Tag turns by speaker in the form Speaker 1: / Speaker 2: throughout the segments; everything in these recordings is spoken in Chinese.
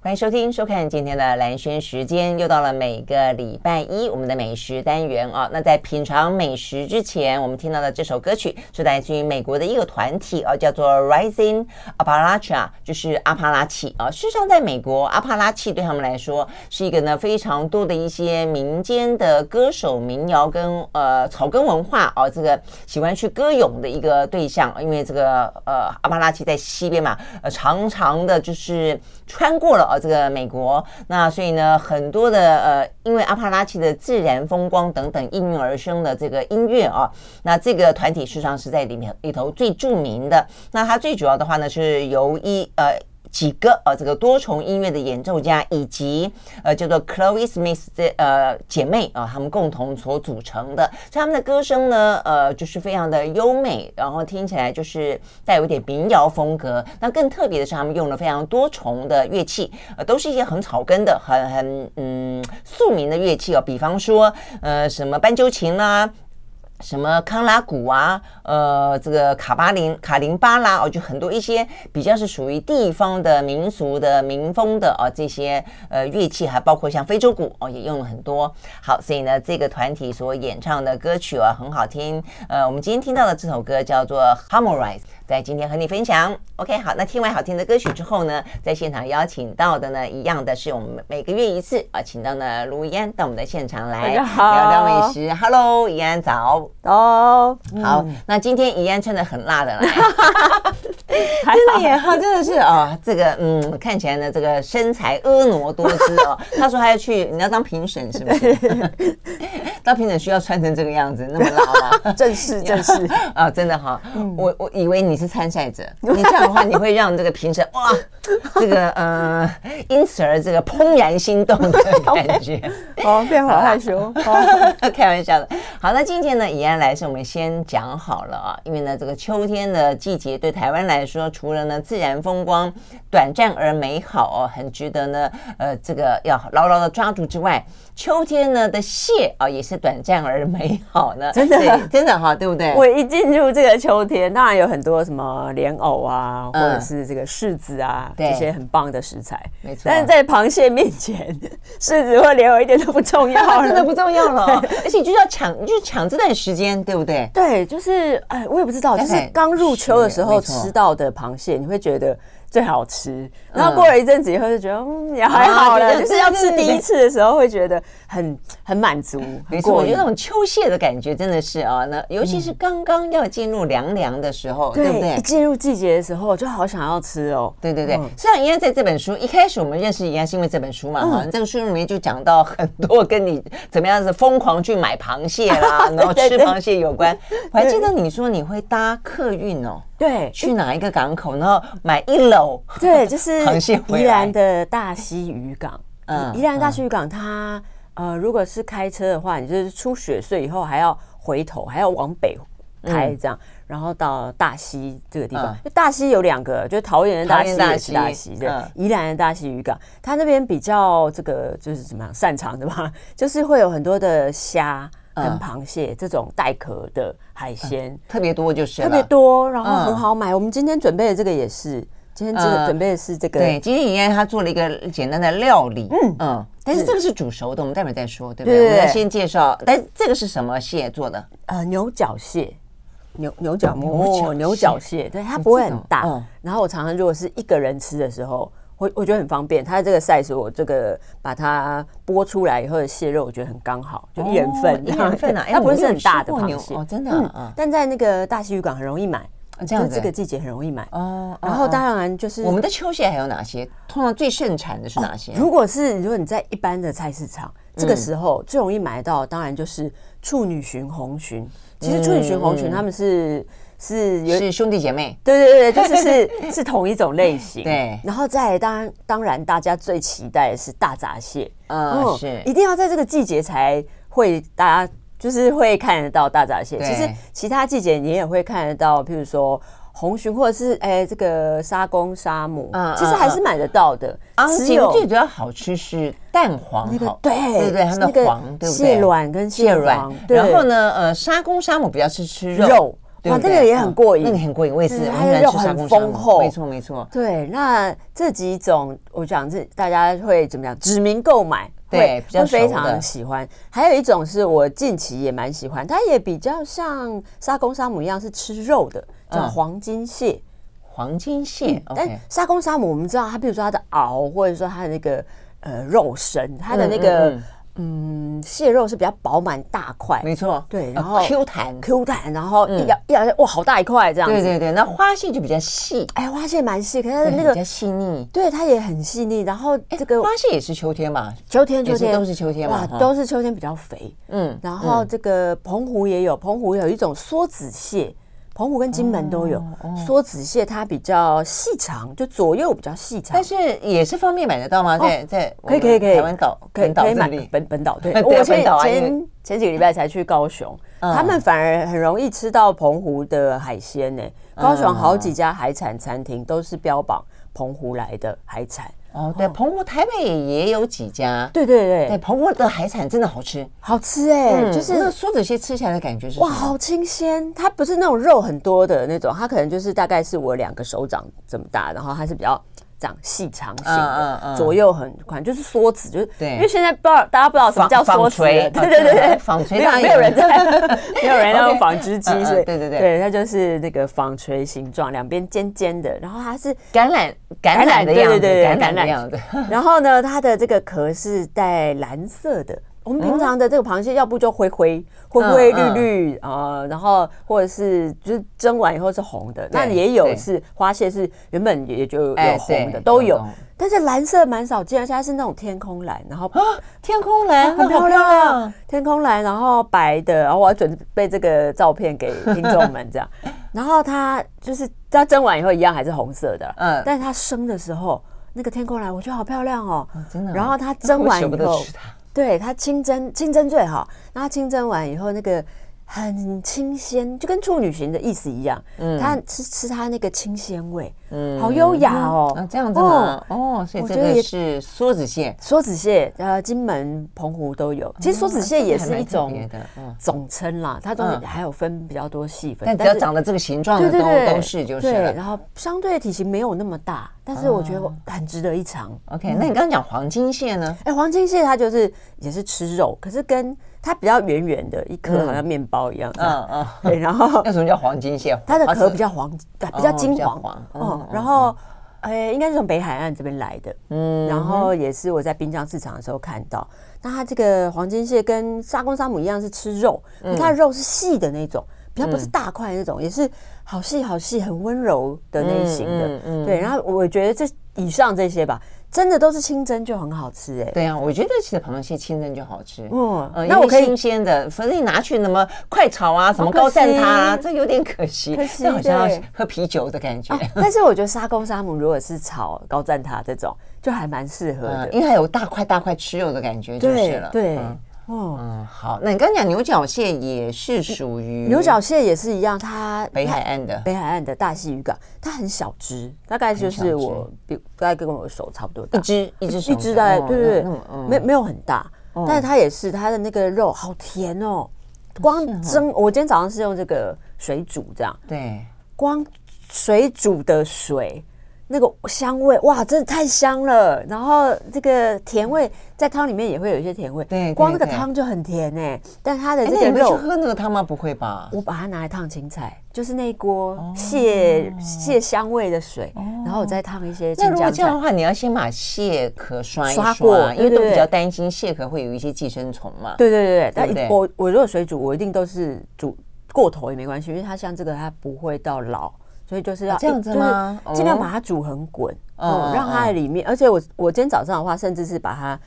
Speaker 1: 欢迎收听、收看今天的蓝轩时间，又到了每个礼拜一我们的美食单元啊。那在品尝美食之前，我们听到的这首歌曲是来自于美国的一个团体啊，叫做 Rising Appalachia，就是阿帕拉契啊。事实上，在美国，阿帕拉契对他们来说是一个呢非常多的一些民间的歌手、民谣跟呃草根文化啊，这个喜欢去歌咏的一个对象，因为这个呃阿帕拉契在西边嘛，呃长长的就是穿过了。啊，这个美国，那所以呢，很多的呃，因为阿帕拉契的自然风光等等应运而生的这个音乐啊，那这个团体事实上是在里面里头最著名的。那它最主要的话呢，是由一呃。几个呃，这个多重音乐的演奏家，以及呃叫做 Chloe Smith 这呃姐妹啊、呃，她们共同所组成的。所以她们的歌声呢，呃，就是非常的优美，然后听起来就是带有一点民谣风格。那更特别的是，她们用了非常多重的乐器，呃，都是一些很草根的、很很嗯庶民的乐器哦，比方说呃什么斑鸠琴啦、啊。什么康拉鼓啊，呃，这个卡巴林、卡林巴拉哦，就很多一些比较是属于地方的民俗的民风的哦，这些呃乐器，还包括像非洲鼓哦，也用了很多。好，所以呢，这个团体所演唱的歌曲啊，很好听。呃，我们今天听到的这首歌叫做《Harmonize》，在今天和你分享。OK，好，那听完好听的歌曲之后呢，在现场邀请到的呢，一样的是我们每个月一次啊，请到呢卢怡安到我们的现场来
Speaker 2: 聊聊
Speaker 1: 美食。Hello，怡安早。
Speaker 2: 哦、
Speaker 1: oh, 嗯，好，那今天怡安穿的很辣的 来，
Speaker 2: 真
Speaker 1: 的耶，哈，真的是啊、哦，这个嗯，看起来呢，这个身材婀娜多姿 哦。他说他要去，你要当评审是不 是？当评审需要穿成这个样子，那么辣
Speaker 2: 吗？正式正式
Speaker 1: 啊、哦，真的哈、哦嗯，我我以为你是参赛者，你这样的话你会让这个评审哇，这个呃，因此而这个怦然心动的 感觉。
Speaker 2: 哦，变好害羞，
Speaker 1: 啊
Speaker 2: 哦
Speaker 1: 开玩笑的。好，那今天呢？以安来是我们先讲好了啊，因为呢，这个秋天的季节对台湾来说，除了呢自然风光短暂而美好哦，很值得呢，呃，这个要牢牢的抓住之外，秋天呢的蟹啊、哦、也是短暂而美好呢，
Speaker 2: 真的
Speaker 1: 真的啊哈，对不对？
Speaker 2: 我一进入这个秋天，当然有很多什么莲藕
Speaker 1: 嗯
Speaker 2: 啊，或者是这个柿子啊，嗯、这些很棒的食材，
Speaker 1: 没错。
Speaker 2: 但是在螃蟹面前，柿子或莲藕一点都不重 要，
Speaker 1: 真的不重要了、哦，而且你就要抢，你就抢这段时。时间对不对？
Speaker 2: 对，就是哎，我也不知道，就是刚入秋的时候吃到的螃蟹，你会觉得最好吃。
Speaker 1: 嗯
Speaker 2: 然后过了一阵子以后，就觉得嗯也还好
Speaker 1: 啊
Speaker 2: 了。就是要吃第一次的时候，会觉得很很满足。
Speaker 1: 没错，我觉得那种秋蟹的感觉真的是啊，那尤其是刚刚要进入凉凉的时候，对不对？
Speaker 2: 进入季节的时候，就好想要吃哦。
Speaker 1: 对对对，虽然应该在这本书一开始我们认识，应该是因为这本书
Speaker 2: 嗯
Speaker 1: 嘛哈。这个书里面就讲到很多跟你怎么样子疯狂去买螃蟹 啦，然后吃。螃蟹有关，我还记得你说你会搭客运哦，
Speaker 2: 对，
Speaker 1: 去哪一个港口，然后买一篓，
Speaker 2: 对，就是
Speaker 1: 螃蟹回
Speaker 2: 宜兰的大溪渔港，嗯，宜兰大溪渔港它，它呃，如果是开车的话，你就是出雪隧以后还要回头，还要往北开这样。嗯然后到大溪这个地方，嗯、就大溪有两个，就是桃园的大溪也是大溪，对，嗯、宜兰的大溪渔港，它那边比较这个就是怎么样擅长的吧， 就是会有很多的虾跟螃蟹、嗯、这种带壳的海鲜，
Speaker 1: 特别多就是
Speaker 2: 特别多，然后很好买。我们今天准备的这个也是，今天这个准备的是这个，
Speaker 1: 呃对，今天宜安他做了一个简单的料理，嗯嗯，但是这个是煮熟的，我们待会再说，对不对？我们先介绍，但这个是什么蟹做的？
Speaker 2: 呃，牛角蟹。牛牛角膜、牛角蟹，对它不会很大。嗯、然后我常常如果是一个人吃的时候，我我觉得很方便。它这个 size 我这个把它剥出来以后的蟹肉，我觉得很刚好，就一人份。
Speaker 1: 一人 份啊，
Speaker 2: 它不是很大的螃蟹
Speaker 1: 哦，真的、啊。嗯，
Speaker 2: 但在那个大溪渔港很容易买，
Speaker 1: 这样
Speaker 2: 子这个季节很容易买哦。然后当然就是
Speaker 1: 我们的秋蟹还有哪些？通常最盛产的是哪些？
Speaker 2: 如果是如果你在一般的菜市场，
Speaker 1: 嗯
Speaker 2: 这个时候最
Speaker 1: 嗯
Speaker 2: 容易买到，当然就是处女鲟、红鲟。其实处女鲟、红鲟，他们是是有
Speaker 1: 是兄弟姐妹，
Speaker 2: 对对对，对就是 是是同一种类型。
Speaker 1: 对
Speaker 2: 然后再来当然当然大家最期待的是大闸蟹，
Speaker 1: 嗯，是
Speaker 2: 哦一定要在这个季节才会大家就是会看得到大闸蟹。
Speaker 1: 对
Speaker 2: 其实其他季节你也会看得到，譬如说红鲟或者是哎、这个沙公沙母，
Speaker 1: 嗯啊
Speaker 2: 其实还是买得到的。
Speaker 1: 昂
Speaker 2: 只
Speaker 1: 颈
Speaker 2: 有
Speaker 1: 最主要好吃是蛋黄
Speaker 2: 那个
Speaker 1: 好，
Speaker 2: 对
Speaker 1: 对对，它
Speaker 2: 是
Speaker 1: 们
Speaker 2: 那
Speaker 1: 的
Speaker 2: 个
Speaker 1: 黄，对不对？
Speaker 2: 蟹卵跟蟹
Speaker 1: 蟹软
Speaker 2: 黄，对
Speaker 1: 然后呢，呃，沙公沙母比较是吃肉，
Speaker 2: 肉
Speaker 1: 对不
Speaker 2: 哇
Speaker 1: 对
Speaker 2: 那个也很过瘾
Speaker 1: 嗯那个很过瘾，我也是，我
Speaker 2: 对
Speaker 1: 很喜欢吃
Speaker 2: 它
Speaker 1: 沙公
Speaker 2: 的肉很
Speaker 1: 沙母
Speaker 2: 丰厚
Speaker 1: 没错没错，
Speaker 2: 对，那这几种我讲这大家会怎么讲？指名购买，
Speaker 1: 对
Speaker 2: 会
Speaker 1: 比较
Speaker 2: 会
Speaker 1: 熟的
Speaker 2: 非常喜欢。还有一种是我近期也蛮喜欢，它也比较像沙公沙母一样是吃肉的，叫
Speaker 1: 嗯
Speaker 2: 黄金蟹。
Speaker 1: 黄金蟹
Speaker 2: 嗯但
Speaker 1: ，OK，
Speaker 2: 沙公沙母我们知道它，比如说它的螯，或者说它的那个呃肉身，它的
Speaker 1: 嗯
Speaker 2: 那
Speaker 1: 嗯
Speaker 2: 个
Speaker 1: 嗯
Speaker 2: 嗯蟹肉是比较饱满大块，
Speaker 1: 没错，
Speaker 2: 对
Speaker 1: 呃
Speaker 2: 然后
Speaker 1: Q 弹，
Speaker 2: Q 弹，然后一咬一咬下哇好大一块这样
Speaker 1: 对
Speaker 2: 子。
Speaker 1: 对对，那花蟹就比较细，
Speaker 2: 哎，花蟹蛮细，可是它的
Speaker 1: 对
Speaker 2: 那个
Speaker 1: 比较细腻。哎
Speaker 2: 对它也很细腻，然后这个
Speaker 1: 花蟹也是秋天嘛，
Speaker 2: 秋天，
Speaker 1: 也
Speaker 2: 秋
Speaker 1: 是
Speaker 2: 天
Speaker 1: 都是秋天嘛哈
Speaker 2: 哇，都是秋天比较肥。
Speaker 1: 嗯，
Speaker 2: 然后这个澎湖也有，澎湖有一种梭子蟹，澎湖跟金门都有。梭子蟹它比较细长，就左右比较细长
Speaker 1: 但。是也是方便买得到吗？在在
Speaker 2: 哦可以可以可以，
Speaker 1: 台湾岛
Speaker 2: 可以
Speaker 1: 本岛
Speaker 2: 可以
Speaker 1: 这
Speaker 2: 买
Speaker 1: 里，
Speaker 2: 本本岛 对
Speaker 1: 对，
Speaker 2: 我前
Speaker 1: 本岛啊因为
Speaker 2: 前嗯前几个礼拜才去高雄，他们反而很容易吃到澎湖的海鲜呢。高雄好几家海产餐厅都是标榜澎湖来的海产，
Speaker 1: 哦，对，澎湖、台北也有几家，
Speaker 2: 对对
Speaker 1: 对，
Speaker 2: 对，
Speaker 1: 澎湖的海产真的好吃，
Speaker 2: 好吃哎，
Speaker 1: 嗯
Speaker 2: 就是
Speaker 1: 那梭子蟹吃起来的感觉是
Speaker 2: 哇，
Speaker 1: 什么
Speaker 2: 好清鲜！它不是那种肉很多的那种，它可能就是大概是我两个手掌这么大，然后它是比较长细长型的，
Speaker 1: 嗯嗯嗯
Speaker 2: 左右很宽，就是梭子，就是
Speaker 1: 对
Speaker 2: 因为现在不知道大家不知道什
Speaker 1: 纺
Speaker 2: 么叫梭
Speaker 1: 纺
Speaker 2: 子了，
Speaker 1: 锤，啊
Speaker 2: 对对对对，
Speaker 1: 纺锤
Speaker 2: 没有
Speaker 1: 当然
Speaker 2: 没有 人在，没有人在
Speaker 1: OK
Speaker 2: 用纺织机
Speaker 1: 嗯嗯，
Speaker 2: 所以
Speaker 1: 对对对
Speaker 2: 对，它就是那个纺锤形状，两边尖尖的，然后它是，
Speaker 1: 橄榄橄榄的
Speaker 2: 对对
Speaker 1: 样子，
Speaker 2: 对对
Speaker 1: 橄榄
Speaker 2: 橄
Speaker 1: 的
Speaker 2: 榄
Speaker 1: 样子，
Speaker 2: 然后呢，它的这个壳是带蓝色的。我们平常的这个螃蟹，要不就灰灰灰灰绿
Speaker 1: 嗯
Speaker 2: 绿啊、呃然后或者是就是蒸完以后是红的，那也有
Speaker 1: 对
Speaker 2: 是花蟹是原本也就
Speaker 1: 哎
Speaker 2: 有红的
Speaker 1: 对
Speaker 2: 都
Speaker 1: 有
Speaker 2: 有
Speaker 1: 红，
Speaker 2: 但是蓝色蛮少见，而且它是那种天空蓝，然后
Speaker 1: 啊
Speaker 2: 啊
Speaker 1: 天空蓝，
Speaker 2: 很
Speaker 1: 那好
Speaker 2: 漂亮
Speaker 1: 亮。啊
Speaker 2: 天空蓝，然后白的，然后我要准备这个照片给听众 们这样。然后它就是它蒸完以后一样还是红色的，
Speaker 1: 嗯
Speaker 2: 嗯，但是它生的时候那个天空蓝，我觉得好漂亮哦，
Speaker 1: 真的哦
Speaker 2: 然后它蒸完
Speaker 1: 我舍不
Speaker 2: 以
Speaker 1: 得
Speaker 2: 后
Speaker 1: 吃它，
Speaker 2: 对它清蒸，清蒸最好。然后它清蒸完以后那个。很清鲜，就跟处女型的意思一样。嗯，它吃吃它那个清鲜味，嗯，好优雅哦。
Speaker 1: 啊，这样子吗？哦，所以
Speaker 2: 我
Speaker 1: 这
Speaker 2: 觉得
Speaker 1: 个
Speaker 2: 也
Speaker 1: 是梭子蟹，
Speaker 2: 梭子蟹，呃，金门、澎湖都有。其实梭子蟹也是
Speaker 1: 哦还
Speaker 2: 一
Speaker 1: 蛮特别
Speaker 2: 种
Speaker 1: 的嗯
Speaker 2: 总称啦，它中
Speaker 1: 嗯
Speaker 2: 间还有分比较多细分，
Speaker 1: 但只要
Speaker 2: 是
Speaker 1: 长得这个形状
Speaker 2: 对
Speaker 1: 的
Speaker 2: 对对
Speaker 1: 都都是就是
Speaker 2: 对，
Speaker 1: 了。哦
Speaker 2: 然后相对的体型没有那么大，但是我觉得很值得一尝。
Speaker 1: OK，那你刚刚讲黄金蟹呢？
Speaker 2: 哎，黄金蟹它就是也是吃肉，可是跟它比较圆圆的，一颗好像面包一样。嗯，
Speaker 1: 嗯 嗯，
Speaker 2: 对，然后
Speaker 1: 那什么叫黄金蟹？
Speaker 2: 它的
Speaker 1: 花
Speaker 2: 壳
Speaker 1: 色
Speaker 2: 比较黄，对比较金
Speaker 1: 哦比较
Speaker 2: 黄，
Speaker 1: 黄嗯
Speaker 2: 嗯，然后，呃，应该是从北海岸这边来的，嗯，然后也是我在滨江市场的时候看到。那它这个黄金蟹跟沙公沙母一样是吃肉，可它的
Speaker 1: 嗯
Speaker 2: 肉是细的那种，比较不是大块那种，也是好细好细、很温柔的类型
Speaker 1: 嗯
Speaker 2: 的。对，然后我觉得这以上这些吧，真的都是清蒸就很好吃哎。
Speaker 1: 对啊，我觉得其实螃蟹清蒸就好吃。
Speaker 2: 嗯
Speaker 1: 呃
Speaker 2: 那
Speaker 1: 因为
Speaker 2: 我可以
Speaker 1: 新鲜的，反正你拿去什么快炒啊，什么
Speaker 2: 好可
Speaker 1: 高蛋挞啊，
Speaker 2: 惜
Speaker 1: 这有点可惜。
Speaker 2: 可惜
Speaker 1: 这好像要
Speaker 2: 对
Speaker 1: 喝啤酒的感觉，
Speaker 2: 哦但是我觉得沙公沙母如果是炒高赞塔这种，就还蛮适合
Speaker 1: 嗯
Speaker 2: 的。
Speaker 1: 因为它有大块大块吃肉的感觉就是
Speaker 2: 对
Speaker 1: 了。
Speaker 2: 对
Speaker 1: 嗯，
Speaker 2: 哦。
Speaker 1: 嗯，好，那你刚刚讲牛角蟹也是属于
Speaker 2: 牛角蟹也是一样，它
Speaker 1: 嗯北海
Speaker 2: 它
Speaker 1: 岸的，
Speaker 2: 北海岸的大溪渔港，它很小只，大概就
Speaker 1: 很
Speaker 2: 是
Speaker 1: 小只
Speaker 2: 我比大概跟我的手差不多
Speaker 1: 一
Speaker 2: 大，
Speaker 1: 只一只手
Speaker 2: 一只大概
Speaker 1: 哦
Speaker 2: 对对
Speaker 1: 那
Speaker 2: 对
Speaker 1: 那么，嗯哦
Speaker 2: 没没有很大，但是它也是它的那个肉好甜哦，光蒸我今天早上是用这个水煮这样，
Speaker 1: 对，
Speaker 2: 光水煮的水。那个香味哇，真的太香了。然后这个甜味在汤里面也会有一些甜味，
Speaker 1: 对对
Speaker 2: 光那个
Speaker 1: 对
Speaker 2: 汤就很甜哎、但它的
Speaker 1: 哎
Speaker 2: 这
Speaker 1: 那
Speaker 2: 个
Speaker 1: 你会
Speaker 2: 肉
Speaker 1: 去喝那个汤吗？不会吧？
Speaker 2: 我把它拿来烫青菜，就是那一锅
Speaker 1: 哦
Speaker 2: 蟹、蟹香味的水，然后我再烫一些
Speaker 1: 那
Speaker 2: 青
Speaker 1: 如果
Speaker 2: 江
Speaker 1: 这样
Speaker 2: 菜
Speaker 1: 的。话，你要先把蟹壳刷一
Speaker 2: 刷
Speaker 1: 刷，
Speaker 2: 过
Speaker 1: 因为
Speaker 2: 对对
Speaker 1: 都比
Speaker 2: 对
Speaker 1: 较担心蟹壳会有一些寄生虫嘛。
Speaker 2: 对对对对，但
Speaker 1: 对不对
Speaker 2: 一我我如果水煮，我一定都是煮过头也没关系，因为它像这个它不会到老，所以就是要
Speaker 1: 哦这样子吗
Speaker 2: 就是尽量
Speaker 1: 哦
Speaker 2: 把它煮很滚，
Speaker 1: 嗯
Speaker 2: 嗯，让它在里面。而且我我今天早上的话，甚至是把它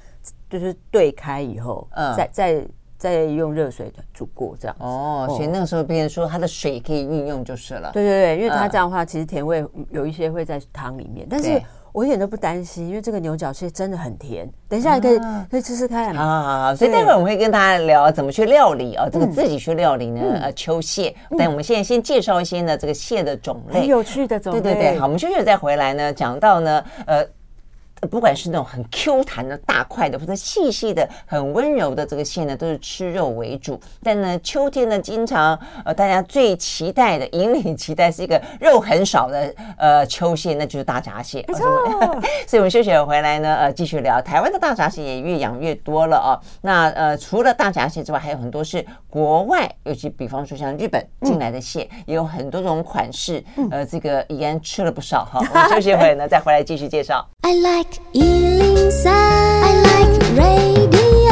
Speaker 2: 就是对开以后
Speaker 1: 嗯，
Speaker 2: 再再再用热水煮过这样子。
Speaker 1: 哦，所以那个时候变成说它的水可以运用就是了。
Speaker 2: 对对对，
Speaker 1: 嗯
Speaker 2: 因为它这样的话，其实甜味有一些会在汤里面，但是
Speaker 1: 对
Speaker 2: 我一点都不担心，因为这个牛角蟹真的很甜。等一下也可以、可以吃吃看。
Speaker 1: 啊好好好好，啊所以
Speaker 2: 对
Speaker 1: 待会儿我们会跟大家聊怎么去料理哦，这个自己去料理呢，呃，秋蟹。但我们现在先介绍一些呢这个蟹的种
Speaker 2: 很
Speaker 1: 类。
Speaker 2: 有趣的种
Speaker 1: 嗯对
Speaker 2: 类，
Speaker 1: 对对，好，我们休息了再回来呢，讲到呢，呃。不管是那种很 Q 弹的大块的，或者细细的、很温柔的这个蟹呢，都是吃肉为主。但呢，秋天呢，经常呃，大家最期待的、引领期待是一个肉很少的呃秋蟹，那就是大闸蟹。没错， 所以我们休息了回来呢，呃，继续聊台湾的大闸蟹也越养越多了哦。那呃，除了大闸蟹之外，还有很多是国外，尤其比方说像日本进来的蟹，也有很多种款式。呃，这个怡安吃了不少哈。我们休息会 儿呢，再回来继续介绍。
Speaker 3: I like Ealing Sound. I like radio.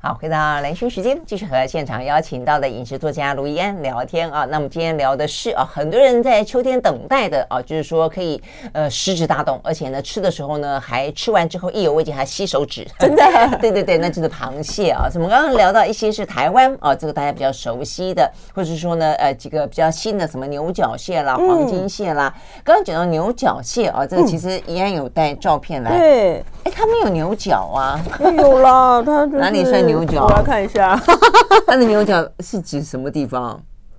Speaker 1: 好，回到蓝轩时间，继续和现场邀请到的饮食作家卢怡安聊天啊。那我们今天聊的是啊，很多人在秋天等待的啊，就是说可以呃食指大动，而且呢吃的时候呢还吃完之后意犹未尽，还吸手指， 真的，对对对，那就是螃蟹啊。所以我们刚刚聊到一些是台湾啊，这个大家比较熟悉的，或者是说呢呃几个比较新的什么牛角蟹啦、
Speaker 2: 嗯
Speaker 1: 黄金蟹啦。刚刚讲到牛角蟹啊，这个其实怡安有带照片来，哎、
Speaker 2: 对，
Speaker 1: 它没有牛角 啊，
Speaker 2: 哎有啦，它、就是、
Speaker 1: 哪里算牛角
Speaker 2: 我要看一下，
Speaker 1: 它的牛角是指什么地 方？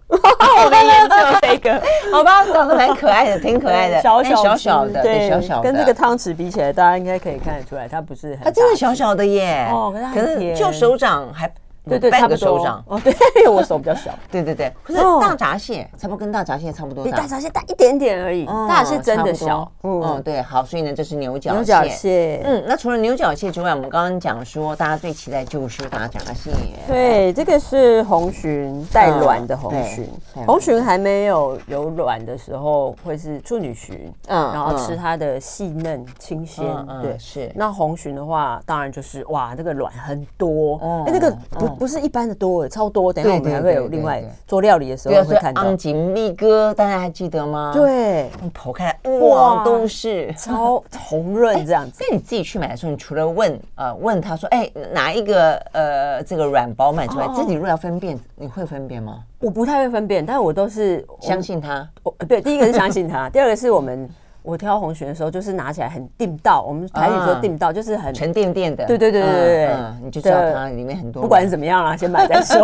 Speaker 2: 我在研究这 个，
Speaker 1: 好吧，长得蛮可爱的，挺可爱的，
Speaker 2: 小
Speaker 1: 但
Speaker 2: 小
Speaker 1: 小
Speaker 2: 只
Speaker 1: 小的，对，小小的，
Speaker 2: 跟这个汤匙比起来，大家应该可以看得出来，它不是很
Speaker 1: 它真的
Speaker 2: 大
Speaker 1: 小小的耶，
Speaker 2: 哦可是它很甜
Speaker 1: 就手掌还
Speaker 2: 对对，
Speaker 1: 半
Speaker 2: 差不
Speaker 1: 个
Speaker 2: 多
Speaker 1: 手掌，
Speaker 2: 哦，对，因为我手比较小，
Speaker 1: 对对对，可是
Speaker 2: 哦
Speaker 1: 大闸蟹差不多跟大闸蟹差不多
Speaker 2: 比大
Speaker 1: 大，
Speaker 2: 闸蟹大一点点而已，
Speaker 1: 嗯
Speaker 2: 大是真的小
Speaker 1: 差，不多嗯，
Speaker 2: 嗯，
Speaker 1: 对，好，所以呢，这是牛角
Speaker 2: 牛角蟹，
Speaker 1: 嗯，那除了牛角蟹之外，我们刚刚讲说，大家最期待就是大闸蟹。
Speaker 2: 对，这个是红鲟带卵的红
Speaker 1: 对哎
Speaker 2: 鲟
Speaker 1: 带，卵
Speaker 2: 红鲟还没有有卵的时候会是处女鲟，
Speaker 1: 嗯
Speaker 2: 然后吃
Speaker 1: 嗯
Speaker 2: 它的细嫩清鲜
Speaker 1: 嗯，嗯
Speaker 2: 对，
Speaker 1: 是
Speaker 2: 那红鲟的话，当然就是哇，这个卵很多，
Speaker 1: 嗯
Speaker 2: 哎，那个不
Speaker 1: 嗯
Speaker 2: 不是一般的多，超多，等一下我
Speaker 1: 对
Speaker 2: 们还
Speaker 1: 对
Speaker 2: 会有
Speaker 1: 对
Speaker 2: 另外
Speaker 1: 对对
Speaker 2: 做料理的时
Speaker 1: 对
Speaker 2: 候
Speaker 1: 啊，所
Speaker 2: 会
Speaker 1: 以
Speaker 2: 看到
Speaker 1: 昂，吉力哥，大家还记得吗？，
Speaker 2: 对，
Speaker 1: 剖开来，哇，
Speaker 2: 哇
Speaker 1: 都是。
Speaker 2: 超红润这样子。
Speaker 1: 那你自己去买的时候，你除了问呃问他说，哎、哪一个呃这个软饱满之外，
Speaker 2: 哦哦
Speaker 1: 自己如果要分辨，你会分辨吗？
Speaker 2: 我不太会分辨，但我都是
Speaker 1: 相。信他
Speaker 2: 我我对，第一个是相信它，第二个是我们我挑红鲟的时候，就是拿起来很定到，我们台语说
Speaker 1: 啊
Speaker 2: 定到，就是很
Speaker 1: 沉甸甸的，
Speaker 2: 对对对对对对
Speaker 1: 嗯，嗯你就知道
Speaker 2: 对
Speaker 1: 它里面很多，
Speaker 2: 不管怎么样啦，先买再 说，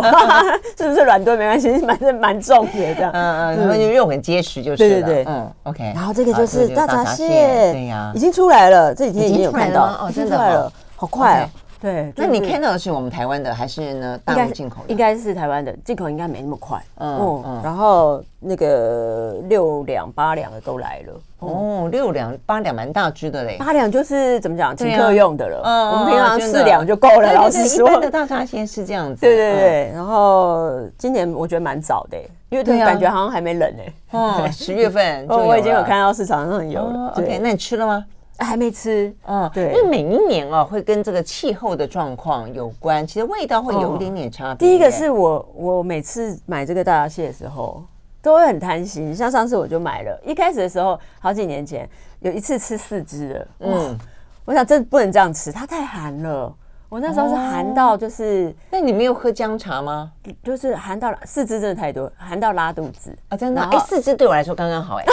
Speaker 2: 是不是软炖没关系，反正蛮重的这样。
Speaker 1: 嗯嗯，然后就肉很结实就是
Speaker 2: 对对
Speaker 1: 了，
Speaker 2: 对
Speaker 1: 嗯，OK 啊好。
Speaker 2: 然后这个就是大闸蟹，
Speaker 1: 对呀
Speaker 2: 已。经出来了，这几天已经有看
Speaker 1: 已经出来了吗
Speaker 2: 到，
Speaker 1: 哦
Speaker 2: 已经
Speaker 1: 真的
Speaker 2: 出来
Speaker 1: 哦
Speaker 2: 了，好快哦。对，
Speaker 1: 那你看
Speaker 2: 看
Speaker 1: 到的是我们台湾的还是呢大陆进口的？
Speaker 2: 应该是台湾的进口，应该没那么快。
Speaker 1: 嗯嗯
Speaker 2: 嗯，然后那个六两八两的都来了。
Speaker 1: 哦，六两八两蛮大只的嘞，
Speaker 2: 八两就是怎么讲，
Speaker 1: 对
Speaker 2: 请
Speaker 1: 啊
Speaker 2: 客用的了。
Speaker 1: 嗯
Speaker 2: 我们平常
Speaker 1: 真
Speaker 2: 四
Speaker 1: 的
Speaker 2: 两就够
Speaker 1: 对
Speaker 2: 了，
Speaker 1: 对
Speaker 2: 老
Speaker 1: 对
Speaker 2: 实
Speaker 1: 一般
Speaker 2: 说
Speaker 1: 的。大闸蟹是这样子，
Speaker 2: 对对
Speaker 1: 嗯
Speaker 2: 对，然后今年我觉得蛮早的欸，因为
Speaker 1: 对啊
Speaker 2: 感觉好像还没冷哎。
Speaker 1: 哦，十月份就
Speaker 2: 哦，我已经有
Speaker 1: 了
Speaker 2: 看到市场上有
Speaker 1: 哦
Speaker 2: 了。
Speaker 1: OK，
Speaker 2: 对，
Speaker 1: 那你吃了吗？
Speaker 2: 还没吃。
Speaker 1: 嗯，
Speaker 2: 对
Speaker 1: 因为每一年哦，会跟这个气候的状况有关，其实味道会有一点点差别。
Speaker 2: 哦第一个是我我每次买这个大闸蟹的时候都会很贪心，像上次我就买了，一开始的时候好几年前有一次吃四只了，嗯，
Speaker 1: 嗯，
Speaker 2: 我想真的不能这样吃，它太寒了。我那时
Speaker 1: 哦
Speaker 2: 候是寒到就是、
Speaker 1: 那你没有喝姜茶吗？
Speaker 2: 就是寒到四只真的太多，寒到拉肚子
Speaker 1: 啊，真的啊，
Speaker 2: 然
Speaker 1: 哎，
Speaker 2: 后
Speaker 1: 四只对我来说刚刚 好，哎，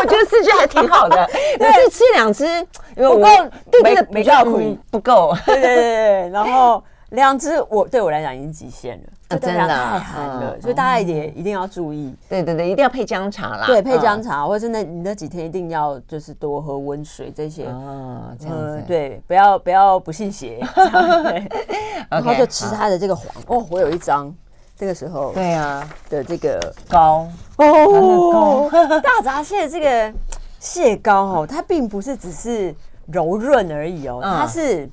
Speaker 1: 我觉得四只还挺好 的。每次吃两只，因为我
Speaker 2: 不够
Speaker 1: 对
Speaker 2: 没
Speaker 1: 对对，
Speaker 2: 没
Speaker 1: 比较
Speaker 2: 够
Speaker 1: 嗯
Speaker 2: 苦
Speaker 1: 不够。
Speaker 2: 对对对对，然后两只我对我来讲已经极限了，
Speaker 1: 啊
Speaker 2: 就代表
Speaker 1: 真的啊
Speaker 2: 太寒了，
Speaker 1: 嗯
Speaker 2: 所以大家也一定要注意，
Speaker 1: 对对对，一定要配姜茶啦。
Speaker 2: 对配
Speaker 1: 嗯
Speaker 2: 姜茶，或者是那你那几天一定要就是多喝温水这些。
Speaker 1: 啊，这样
Speaker 2: 呃，
Speaker 1: 子。
Speaker 2: 对，不要不要不信邪， 对然后
Speaker 1: OK，
Speaker 2: 就吃
Speaker 1: 好。
Speaker 2: 它的这个黄哦，我有一张这个时候
Speaker 1: 对啊，
Speaker 2: 的这个
Speaker 1: 高
Speaker 2: 哦，大闸蟹这个蟹膏哦，它并不是只是柔润而已哦，
Speaker 1: 嗯
Speaker 2: 它是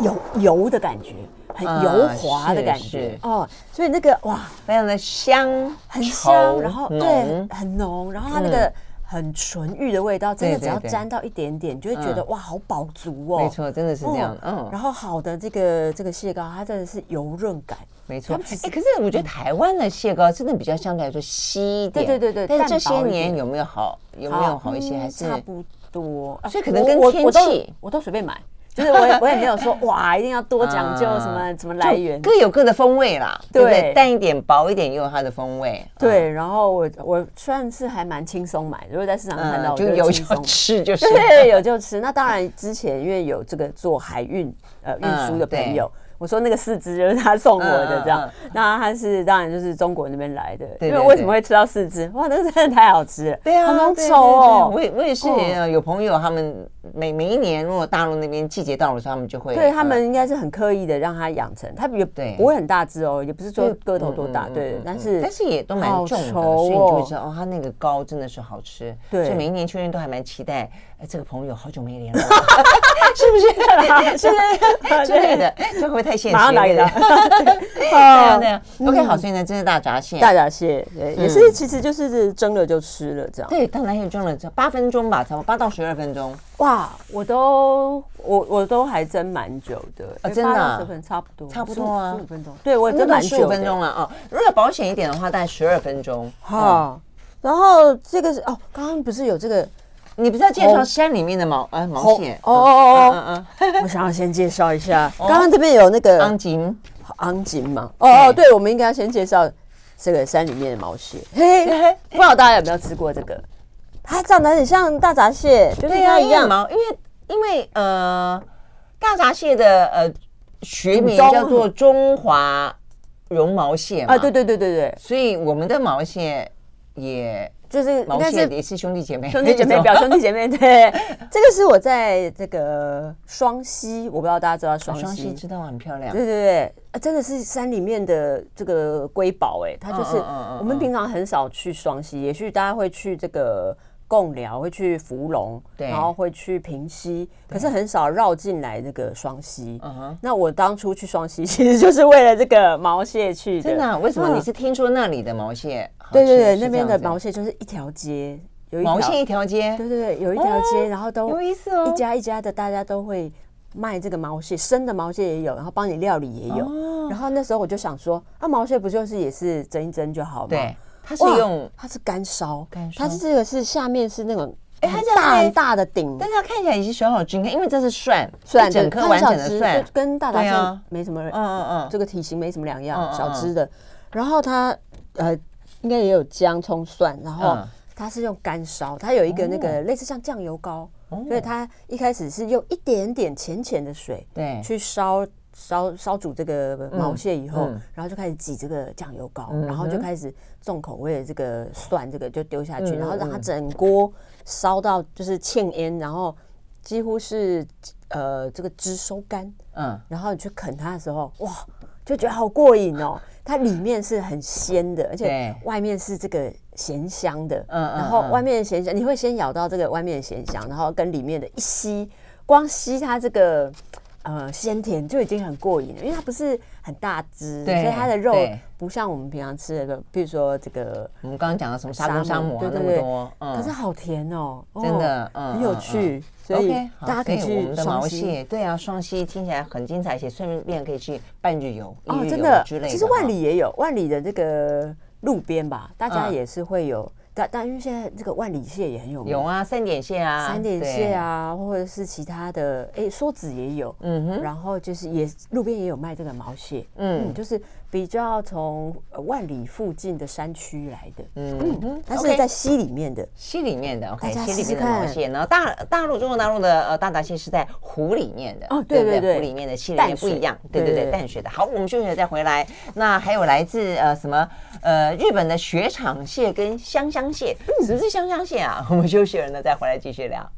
Speaker 2: 油油的感觉，很
Speaker 1: 嗯
Speaker 2: 油滑的感
Speaker 1: 是
Speaker 2: 觉
Speaker 1: 是
Speaker 2: 哦，所以那个哇
Speaker 1: 非常的香，
Speaker 2: 很
Speaker 1: 稠
Speaker 2: 香，然后对
Speaker 1: 浓嗯
Speaker 2: 很浓，然后它那个。很纯欲的味道，真的
Speaker 1: 对
Speaker 2: 只要
Speaker 1: 对对嗯
Speaker 2: 沾到一点点，你就会觉得哇，好饱足哦。
Speaker 1: 没错，真的是这样。嗯，
Speaker 2: 然后好的这个这个蟹膏，它真的是油润感，
Speaker 1: 没错，
Speaker 2: 他们
Speaker 1: 哎、
Speaker 2: 其实嗯
Speaker 1: 可是我觉得台湾的蟹膏真的比较相对来说稀一点，
Speaker 2: 对对对对
Speaker 1: 但是这
Speaker 2: 淡
Speaker 1: 些
Speaker 2: 薄一
Speaker 1: 年
Speaker 2: 点
Speaker 1: 有没有好，有没有好一些？
Speaker 2: 嗯
Speaker 1: 还是
Speaker 2: 差不多，啊
Speaker 1: 所以可能跟
Speaker 2: 我我
Speaker 1: 天
Speaker 2: 我都
Speaker 1: 气
Speaker 2: 我都随便买。就是我也 我也没有说哇，一定要多讲究什么、
Speaker 1: 啊
Speaker 2: 什么来源。
Speaker 1: 各有各的风味啦，对不对？
Speaker 2: 对
Speaker 1: 淡一点、薄一点也有它的风味。
Speaker 2: 对，然后我我算是还蛮轻松买，如果在市场上看到，
Speaker 1: 嗯，
Speaker 2: 我
Speaker 1: 就
Speaker 2: 会
Speaker 1: 有
Speaker 2: 轻松
Speaker 1: 就吃就是。
Speaker 2: 对，啊有就吃。那当然，之前因为有这个做海运呃运输的朋友，我说那个四只就是他送我的这样。
Speaker 1: 嗯嗯
Speaker 2: 那他是当然就是中国那边来的，
Speaker 1: 对
Speaker 2: 因为
Speaker 1: 对
Speaker 2: 为什么会吃到四只？哇，那个真的太好吃了，
Speaker 1: 对啊，
Speaker 2: 好浓
Speaker 1: 对
Speaker 2: 稠哦。
Speaker 1: 对对我也我也是
Speaker 2: 哦
Speaker 1: 呃有朋友，他们每每一年如果大陆那边季节到了的时候，他们就会
Speaker 2: 对他
Speaker 1: 呃
Speaker 2: 们应该是很刻意的让它养成，它也
Speaker 1: 对
Speaker 2: 不会很大只哦，也不是说
Speaker 1: 对
Speaker 2: 个头多大，
Speaker 1: 嗯嗯
Speaker 2: 对
Speaker 1: 嗯，
Speaker 2: 但
Speaker 1: 嗯
Speaker 2: 是
Speaker 1: 但是也都蛮
Speaker 2: 好
Speaker 1: 重的，
Speaker 2: 稠
Speaker 1: 所以你就会
Speaker 2: 哦
Speaker 1: 知道哦，它那个膏真的是好吃。
Speaker 2: 对
Speaker 1: 所以每一年秋天都还蛮期待，哎，这个朋友好久没 联络 了，是不是？是不是之类的？这会不会太现实？。
Speaker 2: 马上拿给他 哦
Speaker 1: 对啊，嗯对啊。OK，好，所
Speaker 2: 嗯
Speaker 1: 以呢，这是大闸蟹。
Speaker 2: 大闸蟹，对，也是其实就是蒸了就吃了这样。
Speaker 1: 对，大闸蟹蒸了这八分钟吧，差不多八到十二分钟。
Speaker 2: 哇，我都我我都还蒸蛮久的，
Speaker 1: 啊真的啊
Speaker 2: 十分差不多，
Speaker 1: 差不多啊
Speaker 2: 十五分钟。对，我也蒸蛮久
Speaker 1: 十
Speaker 2: 的
Speaker 1: 五分钟了哦。如果保险一点的话，大概十二分钟。哦，
Speaker 2: 哈。然后这个是哦，刚刚不是有这个？
Speaker 1: 你不是要介绍
Speaker 2: 红
Speaker 1: 山里面的毛啊毛蟹？
Speaker 2: 哦哦哦，
Speaker 1: 嗯
Speaker 2: 我想要先介绍 一下，刚刚这边有那
Speaker 1: 嗯，
Speaker 2: 个
Speaker 1: 昂金。
Speaker 2: 昂锦嘛。哦哦，
Speaker 1: 对
Speaker 2: 对，我们应该先介绍这个山里面的毛蟹。 嘿，嘿，不知道大家有没有吃过这个？它长得很像大闸蟹，就是
Speaker 1: 对呀、
Speaker 2: 它
Speaker 1: 因
Speaker 2: 一
Speaker 1: 为
Speaker 2: 样。
Speaker 1: 毛，因为因为呃，大闸蟹的呃学名
Speaker 2: 祖宗
Speaker 1: 叫做中华绒毛蟹嘛，
Speaker 2: 啊，对，对对对对，
Speaker 1: 所以我们的毛蟹也
Speaker 2: 就是应
Speaker 1: 毛
Speaker 2: 该
Speaker 1: 蟹
Speaker 2: 是
Speaker 1: 也是兄弟姐妹，
Speaker 2: 兄弟姐 妹，表兄弟姐妹， 对，这个是我在这个双溪，我不知道大家知道哦双
Speaker 1: 哦双
Speaker 2: 溪
Speaker 1: 溪，知道很漂亮
Speaker 2: 对，对对，啊真的是山里面的这个瑰宝哎，它就是
Speaker 1: 嗯嗯嗯嗯
Speaker 2: 我们平常很少去双溪，也许大家会去这个贡寮，会去福隆，
Speaker 1: 对
Speaker 2: 然后会去平溪，可是很少绕进来那个双溪。
Speaker 1: 嗯哼，
Speaker 2: 那我当初去双溪， 其实就是为了这个毛蟹去的。
Speaker 1: 真的啊、为什么
Speaker 2: 嗯
Speaker 1: 你是听说那里的毛蟹好吃？
Speaker 2: 对对对，
Speaker 1: 是
Speaker 2: 那边
Speaker 1: 这样
Speaker 2: 的
Speaker 1: 子啊
Speaker 2: 毛蟹就是一条街，有一
Speaker 1: 毛
Speaker 2: 条
Speaker 1: 蟹一条街，哦
Speaker 2: 对对对，有一条街，然后都
Speaker 1: 有意思哦
Speaker 2: 一家一家的，大家都会卖这个毛蟹，生的毛蟹也有，然后帮你料理也有。
Speaker 1: 哦
Speaker 2: 然后那时候我就想说，啊，毛蟹不就是也是蒸一蒸就好吗？
Speaker 1: 对，，它是
Speaker 2: 哇
Speaker 1: 用，
Speaker 2: 它是干烧，
Speaker 1: 干烧
Speaker 2: 它是这个是下面是那种
Speaker 1: 哎
Speaker 2: 很
Speaker 1: 它这样
Speaker 2: 大
Speaker 1: 还
Speaker 2: 很大的顶，
Speaker 1: 但是它看起来也是小小只，你看，因为这是蒜，
Speaker 2: 蒜
Speaker 1: 一整
Speaker 2: 对
Speaker 1: 颗
Speaker 2: 它
Speaker 1: 完
Speaker 2: 小
Speaker 1: 整的
Speaker 2: 只
Speaker 1: 蒜
Speaker 2: 就，跟大闸
Speaker 1: 对
Speaker 2: 蟹
Speaker 1: 啊
Speaker 2: 没什么
Speaker 1: 嗯嗯嗯，
Speaker 2: 这个体型没什么两样，
Speaker 1: 嗯嗯
Speaker 2: 小只的。然后它呃，应该也有姜、葱、蒜，然后
Speaker 1: 嗯哦
Speaker 2: 它是用干烧，它有一个那个类似像酱油膏，所以它一开始是用一点点浅浅的水
Speaker 1: 对
Speaker 2: 去烧。烧烧煮这个毛蟹以后，
Speaker 1: 哎嗯嗯
Speaker 2: 然后就开始挤这个酱油膏，
Speaker 1: 嗯哼
Speaker 2: 然后就开始重口味的这个蒜，这个就丢下去，
Speaker 1: 嗯嗯
Speaker 2: 然后让它整锅烧到就是欠烟，然后几乎是呃这个汁收干，
Speaker 1: 嗯，
Speaker 2: 然后你去啃它的时候，哇，就觉得好过瘾哦！它里面是很鲜的，而且
Speaker 1: 对
Speaker 2: 外面是这个咸香的，
Speaker 1: 嗯嗯
Speaker 2: 然后
Speaker 1: 嗯
Speaker 2: 外面的咸香，你会先咬到这个外面的咸香，然后跟里面的一吸，光吸它这个。呃，鲜甜就已经很过瘾了，因为它不是很大只，所
Speaker 1: 对
Speaker 2: 以它的肉
Speaker 1: 对
Speaker 2: 不像我们平常吃的，比如说这个，
Speaker 1: 我们刚刚讲的什么沙公沙母啊，
Speaker 2: 对
Speaker 1: 那
Speaker 2: 对
Speaker 1: 么
Speaker 2: 对
Speaker 1: 多，嗯
Speaker 2: 可是好甜哦，哦
Speaker 1: 真的嗯
Speaker 2: 很有
Speaker 1: 嗯
Speaker 2: 趣，所
Speaker 1: OK，
Speaker 2: 以
Speaker 1: 好
Speaker 2: 大家可以
Speaker 1: 所我们
Speaker 2: 去
Speaker 1: 的毛
Speaker 2: 双溪
Speaker 1: 蟹，对啊，双溪听起来很精彩，且顺便可以去半日游、一
Speaker 2: 哦，
Speaker 1: 日
Speaker 2: 真
Speaker 1: 游
Speaker 2: 的
Speaker 1: 之类的。
Speaker 2: 其实万里也有，万里的这个路边吧，大家
Speaker 1: 嗯
Speaker 2: 也是会有。但但因为现在这个万里蟹也很有
Speaker 1: 哈
Speaker 2: 名，
Speaker 1: 有啊，三点蟹啊，
Speaker 2: 三点蟹啊，或者是其他的，哎、梭子也有，嗯哼，然后就是也路边也有卖这个毛蟹，嗯就是比较从呃万里附近的山区来的，
Speaker 1: 对，嗯哼，
Speaker 2: 它
Speaker 1: OK
Speaker 2: 是在溪里面的，
Speaker 1: 溪里面的，OK，
Speaker 2: 大家
Speaker 1: 溪里
Speaker 2: 试
Speaker 1: 面
Speaker 2: 试
Speaker 1: 的毛蟹，然后大大陆中国大陆的呃大闸蟹是在湖里面的，
Speaker 2: 哦对
Speaker 1: 不
Speaker 2: 对对
Speaker 1: 湖里面的溪里
Speaker 2: 淡
Speaker 1: 面不
Speaker 2: 水
Speaker 1: 一样，对对对，
Speaker 2: 对对
Speaker 1: 淡水的。好，我们休息了再回来。那还有来自呃什么呃日本的雪场蟹跟香香蟹，
Speaker 2: 嗯
Speaker 1: 什么是香香蟹啊？ 我们休息了呢再回来继续聊。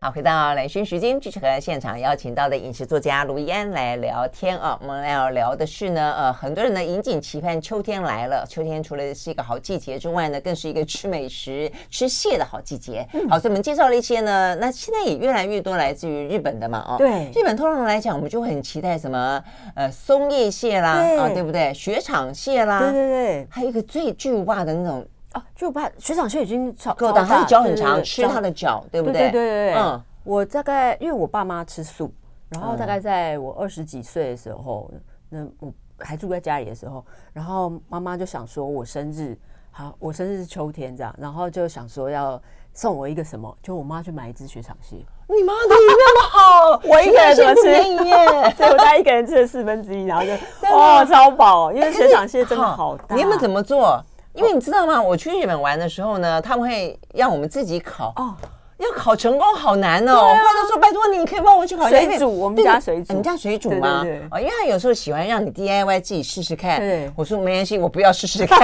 Speaker 1: 好，回到蓝轩时间，继续和现场邀请到的饮食作家卢怡安来聊天啊。我们要聊的是呢，呃，很多人呢引颈期盼秋天来了。秋天除了是一个好季节之外呢，更是一个吃美食、吃蟹的好季节。
Speaker 2: 嗯
Speaker 1: 好，所以我们介绍了一些呢，那现在也越来越多来自于日本的嘛，哦，
Speaker 2: 对
Speaker 1: 日本通常来讲，我们就会很期待什么呃松叶蟹啦，
Speaker 2: 对
Speaker 1: 啊，对不对？雪场蟹啦，
Speaker 2: 对对对，
Speaker 1: 还有一个最巨无霸的那种
Speaker 2: 哦，就把学长蟹已经超
Speaker 1: 够
Speaker 2: 超
Speaker 1: 大，它的脚很
Speaker 2: 对对
Speaker 1: 长，
Speaker 2: 对
Speaker 1: 吃
Speaker 2: 脚
Speaker 1: 它的脚，对不对？
Speaker 2: 对对对对，
Speaker 1: 嗯
Speaker 2: 嗯，我大概因为我爸妈吃素，然后大概在我二十几岁的时候，那我还住在家里的时候，然后妈妈就想说我生日。好，我生日是秋天这样，然后就想说要送我一个什么，就我妈去买一只雪场蟹，
Speaker 1: 你妈对你那么好，
Speaker 2: 我一个人怎么吃
Speaker 1: 便宜 耶？
Speaker 2: 对我大概一个人吃了四分之一，然后就
Speaker 1: 的
Speaker 2: 哇超饱，因为
Speaker 1: 可是
Speaker 2: 雪场蟹真的好大。
Speaker 1: 你有没有怎
Speaker 2: 么？
Speaker 1: 么做？因为你知道吗？我去日本玩的时候呢，他们会让我们自己烤
Speaker 2: 哦，啊
Speaker 1: 要烤成功好难哦。我后来就说：“拜托你，可以帮我去烤一下
Speaker 2: 水
Speaker 1: 因为
Speaker 2: 煮我们
Speaker 1: 对
Speaker 2: 家水煮
Speaker 1: 你家水煮吗？
Speaker 2: 对对对
Speaker 1: 哦，因为他有时候喜欢让你 DIY 自己试试看。
Speaker 2: 对
Speaker 1: 我说没关系，我不要试试 看。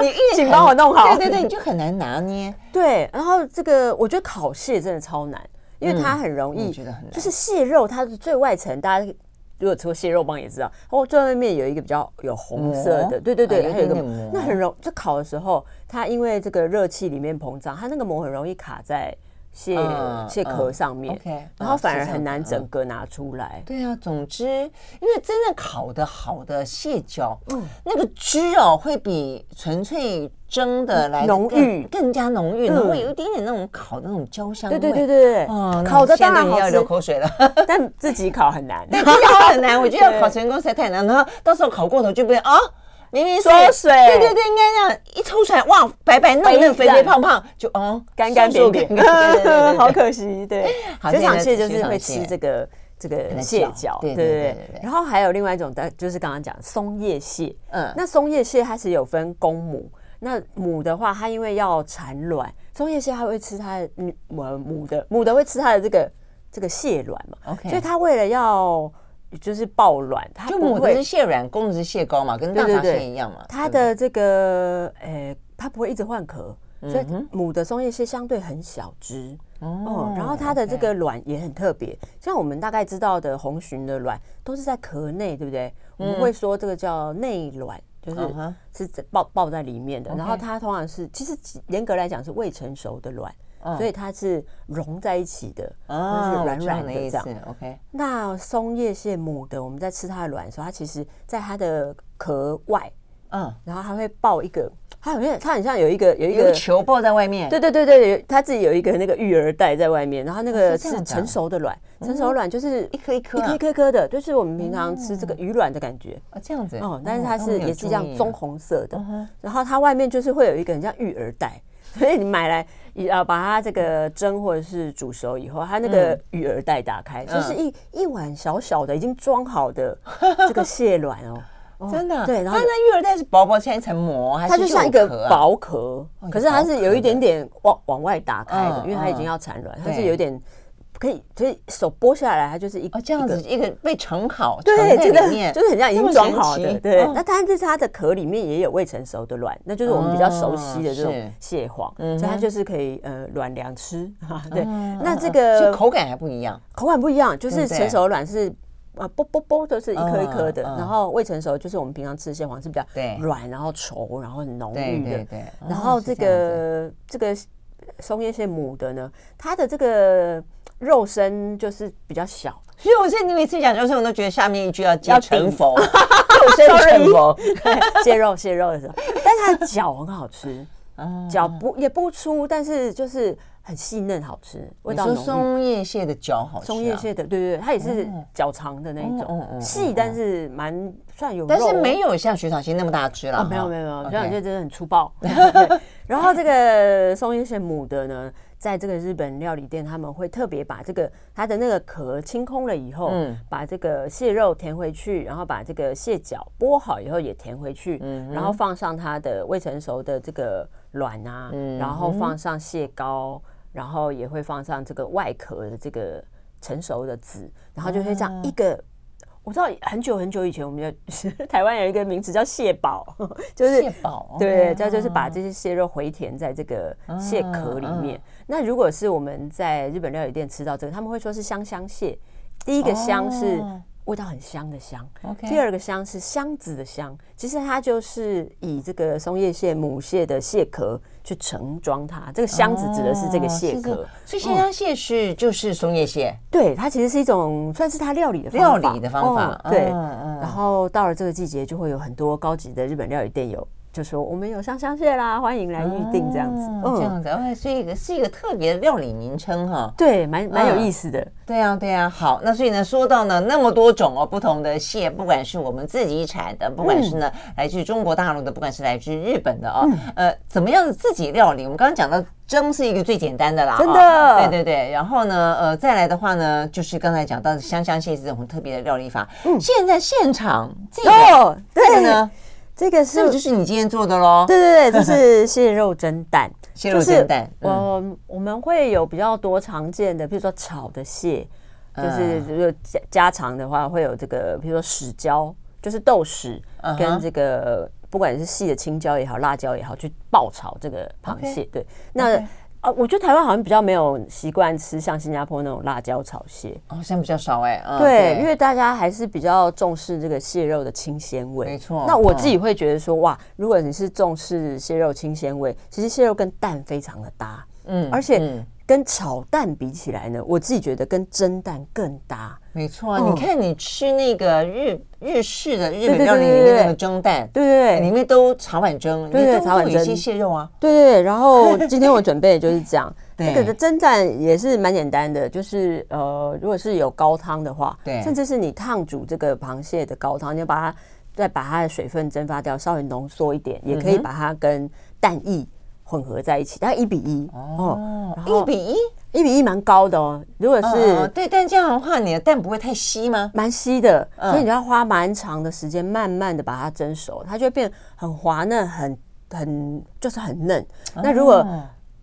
Speaker 1: 你因为
Speaker 2: 请
Speaker 1: 很
Speaker 2: 帮我弄好
Speaker 1: 对对对，你就很难拿捏。
Speaker 2: 对，然后这个我觉得烤蟹真的超难，因为它很容易，
Speaker 1: 嗯我觉得很难
Speaker 2: 就是蟹肉它的最外层，大家。如果吃过蟹肉棒也知道，然后最外面有一个比较有红色
Speaker 1: 膜
Speaker 2: 的，对对
Speaker 1: 啊
Speaker 2: 对，
Speaker 1: 有
Speaker 2: 还有一
Speaker 1: 一
Speaker 2: 个
Speaker 1: 点点膜
Speaker 2: 那很容，就烤的时候，它因为这个热气里面膨胀，它那个膜很容易卡在蟹
Speaker 1: 嗯
Speaker 2: 蟹壳
Speaker 1: 嗯
Speaker 2: 上面
Speaker 1: OK，，
Speaker 2: 然后
Speaker 1: 嗯
Speaker 2: 反
Speaker 1: 是
Speaker 2: 而
Speaker 1: 这
Speaker 2: 很
Speaker 1: 样
Speaker 2: 难
Speaker 1: 子嗯
Speaker 2: 整个拿出来。
Speaker 1: 对啊，总之，因为真正烤的好的蟹脚，
Speaker 2: 嗯
Speaker 1: 那个汁哦，会比纯粹蒸的来得
Speaker 2: 嗯浓
Speaker 1: 更
Speaker 2: 郁
Speaker 1: 更加浓郁，
Speaker 2: 嗯
Speaker 1: 然后会有一点点那种烤的那种焦香味。
Speaker 2: 对对对对
Speaker 1: 哦那
Speaker 2: 对，，烤的
Speaker 1: 现
Speaker 2: 当
Speaker 1: 在
Speaker 2: 然好
Speaker 1: 要
Speaker 2: 吃
Speaker 1: 流，口水了，
Speaker 2: 但自己烤很难。
Speaker 1: 这个很 难，我觉得
Speaker 2: 对
Speaker 1: 烤成功实在太难，然后到时候烤过头就变啊。明明是
Speaker 2: 缩水
Speaker 1: 对对对，应该这样一抽出来，哇，白白嫩嫩、肥
Speaker 2: 白
Speaker 1: 肥
Speaker 2: 烂
Speaker 1: 胖胖，就哦，
Speaker 2: 干干
Speaker 1: 瘦
Speaker 2: 扁
Speaker 1: 瘦干
Speaker 2: 扁
Speaker 1: 干对对对对，对
Speaker 2: 好可惜。对，
Speaker 1: 好
Speaker 2: 雪场
Speaker 1: 现
Speaker 2: 蟹
Speaker 1: 在
Speaker 2: 就是是
Speaker 1: 雪场
Speaker 2: 会
Speaker 1: 蟹
Speaker 2: 吃这个这
Speaker 1: 可
Speaker 2: 个
Speaker 1: 能
Speaker 2: 蟹
Speaker 1: 脚
Speaker 2: 脚，
Speaker 1: 对
Speaker 2: 对
Speaker 1: 对
Speaker 2: 对
Speaker 1: 对
Speaker 2: 对
Speaker 1: 对对。
Speaker 2: 然后还有另外一种，但就是刚刚讲松叶蟹，
Speaker 1: 嗯
Speaker 2: 嗯，那松叶蟹它是有分公母，那母的话，它因为要产卵，松叶蟹它会吃它的女呃母的，母的会吃它的这个这个蟹卵嘛
Speaker 1: OK
Speaker 2: 所以它为了要就是爆卵，它
Speaker 1: 就
Speaker 2: 不
Speaker 1: 母的
Speaker 2: 会
Speaker 1: 是蟹软，公的是蟹膏嘛，跟大
Speaker 2: 对
Speaker 1: 闸
Speaker 2: 对对
Speaker 1: 蟹一样嘛。
Speaker 2: 它
Speaker 1: 对
Speaker 2: 的这个呃，它不会一直换壳，所
Speaker 1: 嗯
Speaker 2: 以母的松叶蟹相对很小只。哦，然后它的这个卵也很特别，像我们大概知道的红鲟的卵都是在壳内，对不对？我们会说这个叫内卵，就
Speaker 1: 嗯哼
Speaker 2: 是是抱抱在里面的。然后它通常是，其实严格来讲是未成熟的卵，所以它是融在一起的，
Speaker 1: 不对
Speaker 2: 就
Speaker 1: 哦
Speaker 2: 是
Speaker 1: 嗯
Speaker 2: 软
Speaker 1: 我知道
Speaker 2: 软
Speaker 1: 你
Speaker 2: 的
Speaker 1: 的意
Speaker 2: 这
Speaker 1: 思
Speaker 2: 样。
Speaker 1: ，OK。
Speaker 2: 那松叶蟹母的，我们在吃它的卵的时候，它其实在它的壳外
Speaker 1: 嗯，
Speaker 2: 然后还会抱一个，它好像它很像有一个有一
Speaker 1: 有
Speaker 2: 个，
Speaker 1: 球抱在外面，
Speaker 2: 对对对对，有它自己有一个那个育儿袋在外面，然后那
Speaker 1: 哦
Speaker 2: 个
Speaker 1: 是这样
Speaker 2: 是
Speaker 1: 的啊
Speaker 2: 成熟的卵，成熟的卵就是
Speaker 1: 一颗一颗
Speaker 2: 一
Speaker 1: 啊
Speaker 2: 颗一颗一颗的，就是我们平常吃这个鱼卵的感觉。
Speaker 1: 哦，这样子
Speaker 2: 哦，但是它
Speaker 1: 我
Speaker 2: 是
Speaker 1: 没有
Speaker 2: 也是
Speaker 1: 注
Speaker 2: 这样
Speaker 1: 意
Speaker 2: 棕红色
Speaker 1: 嗯哦
Speaker 2: 的，然后它外面就是会有一个很像育儿袋， 所以你买来也要把它这个蒸或者是煮熟以后，它那个
Speaker 1: 嗯
Speaker 2: 育儿袋打开，就是一一碗小小的已经装好的 这个蟹卵哦，哦
Speaker 1: 真的啊，
Speaker 2: 对，然后
Speaker 1: 它那育儿袋是薄薄像一层膜，还是
Speaker 2: 它就像一个
Speaker 1: 有壳啊，
Speaker 2: 薄壳，
Speaker 1: 哦
Speaker 2: 可是它是有一点点往往外打开
Speaker 1: 嗯
Speaker 2: 的，因为它已
Speaker 1: 嗯
Speaker 2: 经要产卵，它
Speaker 1: 对
Speaker 2: 是有点可以，所以手剥下来，它就是一
Speaker 1: 哦，这样
Speaker 2: 一个
Speaker 1: 子一个被盛好，
Speaker 2: 对，
Speaker 1: 盛
Speaker 2: 真
Speaker 1: 在里
Speaker 2: 的
Speaker 1: 面，
Speaker 2: 就是很像已
Speaker 1: 这
Speaker 2: 经
Speaker 1: 么
Speaker 2: 装
Speaker 1: 神
Speaker 2: 好
Speaker 1: 奇
Speaker 2: 的。对
Speaker 1: 嗯，
Speaker 2: 那但是它的壳里面也有未成熟的卵，那就是我们比较熟悉的这
Speaker 1: 哦是
Speaker 2: 种蟹黄，
Speaker 1: 嗯哼
Speaker 2: 所以它就是可以呃卵粮吃 啊。对，
Speaker 1: 嗯
Speaker 2: 那这
Speaker 1: 所以
Speaker 2: 个
Speaker 1: 口感还不一样，
Speaker 2: 口感不一样，
Speaker 1: 对
Speaker 2: 就是
Speaker 1: 不嗯对
Speaker 2: 成熟的卵是。啊，啵啵啵都是一颗一颗的，
Speaker 1: 嗯嗯
Speaker 2: 然后未成熟就是我们平常吃的蟹黄是比较
Speaker 1: 对
Speaker 2: 软，然后稠，然后很浓
Speaker 1: 对
Speaker 2: 郁
Speaker 1: 对
Speaker 2: 的。
Speaker 1: 对。哦
Speaker 2: 然后这
Speaker 1: 是样子
Speaker 2: 个这个松叶蟹母的呢，它的这个肉身就是比 较小，
Speaker 1: 所以我现在你每次讲肉身，我都觉得下面一句要接
Speaker 2: 要
Speaker 1: 成
Speaker 2: 顶
Speaker 1: 佛，肉身
Speaker 2: Sorry
Speaker 1: 成佛，
Speaker 2: 蟹肉蟹肉的时候，但它的脚很 好吃，
Speaker 1: 哦
Speaker 2: 脚不也不粗，但是就是很细嫩好吃，味
Speaker 1: 你
Speaker 2: 道
Speaker 1: 说
Speaker 2: 浓郁。
Speaker 1: 松叶蟹的脚好吃啊，哦
Speaker 2: 松叶蟹的，对对对，它也是脚长的那一
Speaker 1: 嗯嗯嗯
Speaker 2: 种，
Speaker 1: 嗯
Speaker 2: 细但是蛮算有肉，
Speaker 1: 但是没有像雪场蟹那么大只了
Speaker 2: 哦
Speaker 1: 哈，
Speaker 2: 没有没有没有，
Speaker 1: OK
Speaker 2: 这两蟹真的很粗暴。 对然后这个松叶蟹母的呢，在这个日本料理店，他们会特别把这个它的那个壳清空了以后，
Speaker 1: 嗯
Speaker 2: 把这个蟹肉填回去，然后把这个蟹脚剥好以后也填回去，
Speaker 1: 嗯
Speaker 2: 然后放上它的未成熟的这个卵啊，
Speaker 1: 嗯
Speaker 2: 然后放上蟹膏，然后也会放上这个外壳的这个成熟的籽，然后就会这
Speaker 1: 啊
Speaker 2: 样一个我知道很久很久以前，我们就 台湾有一个名词叫蟹堡， 就是
Speaker 1: 蟹堡哦嗯
Speaker 2: 对，它就是把这些蟹肉回填在这个蟹壳里面。那如果是我们在日本料理店吃到这个，他们会说是香香蟹。第一个香是
Speaker 1: 哦
Speaker 2: 味道很香的香
Speaker 1: OK
Speaker 2: 第二个香是香子的香。其实它就是以这个松叶蟹、母蟹的蟹壳去盛装它。这个香子指的是这个蟹壳。
Speaker 1: 哦是这所以鲜香蟹是就是松叶蟹，
Speaker 2: 对，它其实是一种算是它料理的
Speaker 1: 料
Speaker 2: 方法
Speaker 1: 理的方法
Speaker 2: 哦对，
Speaker 1: 嗯嗯
Speaker 2: 然后到了这个季节，就会有很多高级的日本料理店有就说我们有上香蟹啦，欢迎来预定这样子。
Speaker 1: 哦
Speaker 2: 嗯，
Speaker 1: 这样子，哎，所以一个是一个特别的料理名称哈。
Speaker 2: 对，蛮蛮有
Speaker 1: 嗯
Speaker 2: 意思的。
Speaker 1: 对啊，对啊，好，那所以呢，说到呢那么多种哦，不同的蟹，不管是我们自己产的，不管是呢、来自中国大陆的，不管是来自日本的哦，呃，怎么样的自己料理？我们刚刚讲到蒸是一个最简单的啦、哦，
Speaker 2: 真的
Speaker 1: 对对对。然后呢，呃，再来的话呢，就是刚才讲到的香香蟹是这种特别的料理法，现在现场这个、
Speaker 2: 哦，
Speaker 1: 这个呢，
Speaker 2: 这个是
Speaker 1: 这个就是你今天做的喽，
Speaker 2: 对对对，就是蟹肉蒸蛋，嗯
Speaker 1: 蟹肉蒸蛋嗯
Speaker 2: 就是我我们会有比较多常见的，比如说炒的蟹，就是
Speaker 1: 嗯
Speaker 2: 就是家家常的话会有这个，比如说豉椒，就是豆豉
Speaker 1: 嗯哼
Speaker 2: 跟这个不管是细的青椒也好，辣椒也好，去爆炒这个螃蟹。对，那
Speaker 1: OK
Speaker 2: 啊，我觉得台湾好像比较没有习惯吃像新加坡那种辣椒炒蟹，
Speaker 1: 哦，现在比较少哎、嗯
Speaker 2: 对，因为大家还是比较重视这个蟹肉的清鲜味，
Speaker 1: 没错嗯
Speaker 2: 那我自己会觉得说，哇，如果你是重视蟹肉清鲜味，其实蟹肉跟蛋非常的搭，
Speaker 1: 嗯
Speaker 2: 而且
Speaker 1: 嗯
Speaker 2: 跟炒蛋比起来呢，我自己觉得跟蒸蛋更搭。
Speaker 1: 没错啊，
Speaker 2: 嗯
Speaker 1: 你看你吃那个日日式的日
Speaker 2: 对
Speaker 1: 本
Speaker 2: 对
Speaker 1: 料理
Speaker 2: 对
Speaker 1: 里
Speaker 2: 对
Speaker 1: 面那
Speaker 2: 对
Speaker 1: 个蒸蛋，
Speaker 2: 对对
Speaker 1: 里
Speaker 2: 对
Speaker 1: 面都茶碗蒸，
Speaker 2: 对
Speaker 1: 里面
Speaker 2: 对
Speaker 1: 都
Speaker 2: 茶碗
Speaker 1: 都有一些
Speaker 2: 蒸
Speaker 1: 蟹肉啊，
Speaker 2: 对对，然 后今天我准备的就是这样。
Speaker 1: 对
Speaker 2: 这个的蒸蛋也是蛮简单的，就是呃，如果是有高汤的话，
Speaker 1: 对
Speaker 2: 甚至是你烫煮这个螃蟹的高汤，你就把它再把它的水分蒸发掉，稍微浓缩一点，也
Speaker 1: 嗯
Speaker 2: 可以把它跟蛋液混合在一起，大概一比一哦，然
Speaker 1: 一
Speaker 2: 后
Speaker 1: 比一。
Speaker 2: 一比一蛮高的哦。如果
Speaker 1: 嗯
Speaker 2: 是
Speaker 1: 对，但这样的话，你的蛋不会太稀吗？
Speaker 2: 蛮稀的，
Speaker 1: 嗯
Speaker 2: 所以你要花蛮长的时间，慢慢的把它蒸熟，它就会变很滑嫩，很很就是很嫩。
Speaker 1: 哦
Speaker 2: 那如果